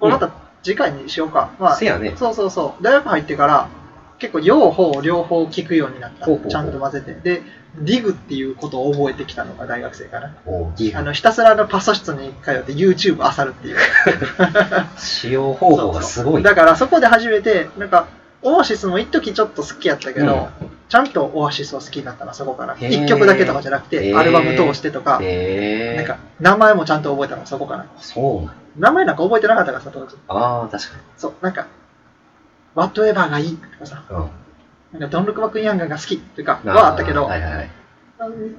これまた次回にしようか。まあ、せやね。そうそうそう。大学入ってから、結構、両方、両方聞くようになった。ほうほうほうちゃんと混ぜて。で、ディグっていうことを覚えてきたのが大学生から。おギあフ。の、ひたすらのパソ室に通って YouTube 漁るっていう。使用方法がすごい。だから、そこで初めて、なんか、オアシスも一時ちょっと好きやったけど、うんちゃんとオアシスを好きになったな、そこから。へー一曲だけとかじゃなくへて、ーアルバム通してとか、えなんーか、名前もちゃんと覚えたの、そこから。そうなん名前なんか覚えてなかったからさ、当時。ああ、確かそう、なんか、ワットエバーがいいとかさ、に。うん。なんかドンルクマクイヤンガンが好きとかーはあったけどは、いはいはい。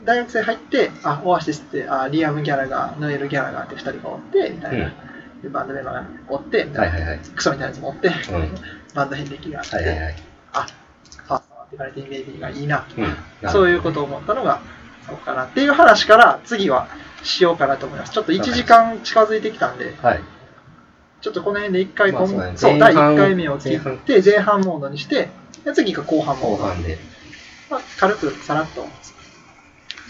大学生入って、あ、オアシスって、あ、リアム・ギャラガー、ノエル・ギャラガーって2人がおって、みたいな。で、バンドメンバーがおって、みたはいいはいはい。な。クソみたいなやつもおって、うん。はいバンド遍歴があって、はいはい。あ、ファーストアティバリティ・ベイビーがいいな、うん。そういうことを思ったのが、そこかなっていう話から、次はしようかなと思います。ちょっと1時間近づいてきたんで、はい。ちょっとこの辺で一回こん、まあそ、そううだ第ね前半1回目を切って、前半モードにして、で次が後半モ後ード。半で、まあ、軽くさらっと、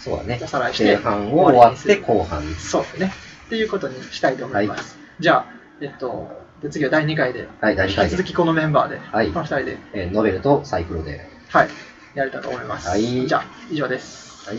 そうだねお。さらいして前半を終わって後半です。そうですね。っていうことにしたいと思います。じゃあ、えっと、で次は第2回で、はい、大引丈き夫で続す。きこのメンバーで、はいこの2人で、えーノベルとサイクロで。はい、やりたいと思います。はいじゃあ、以上です。はい。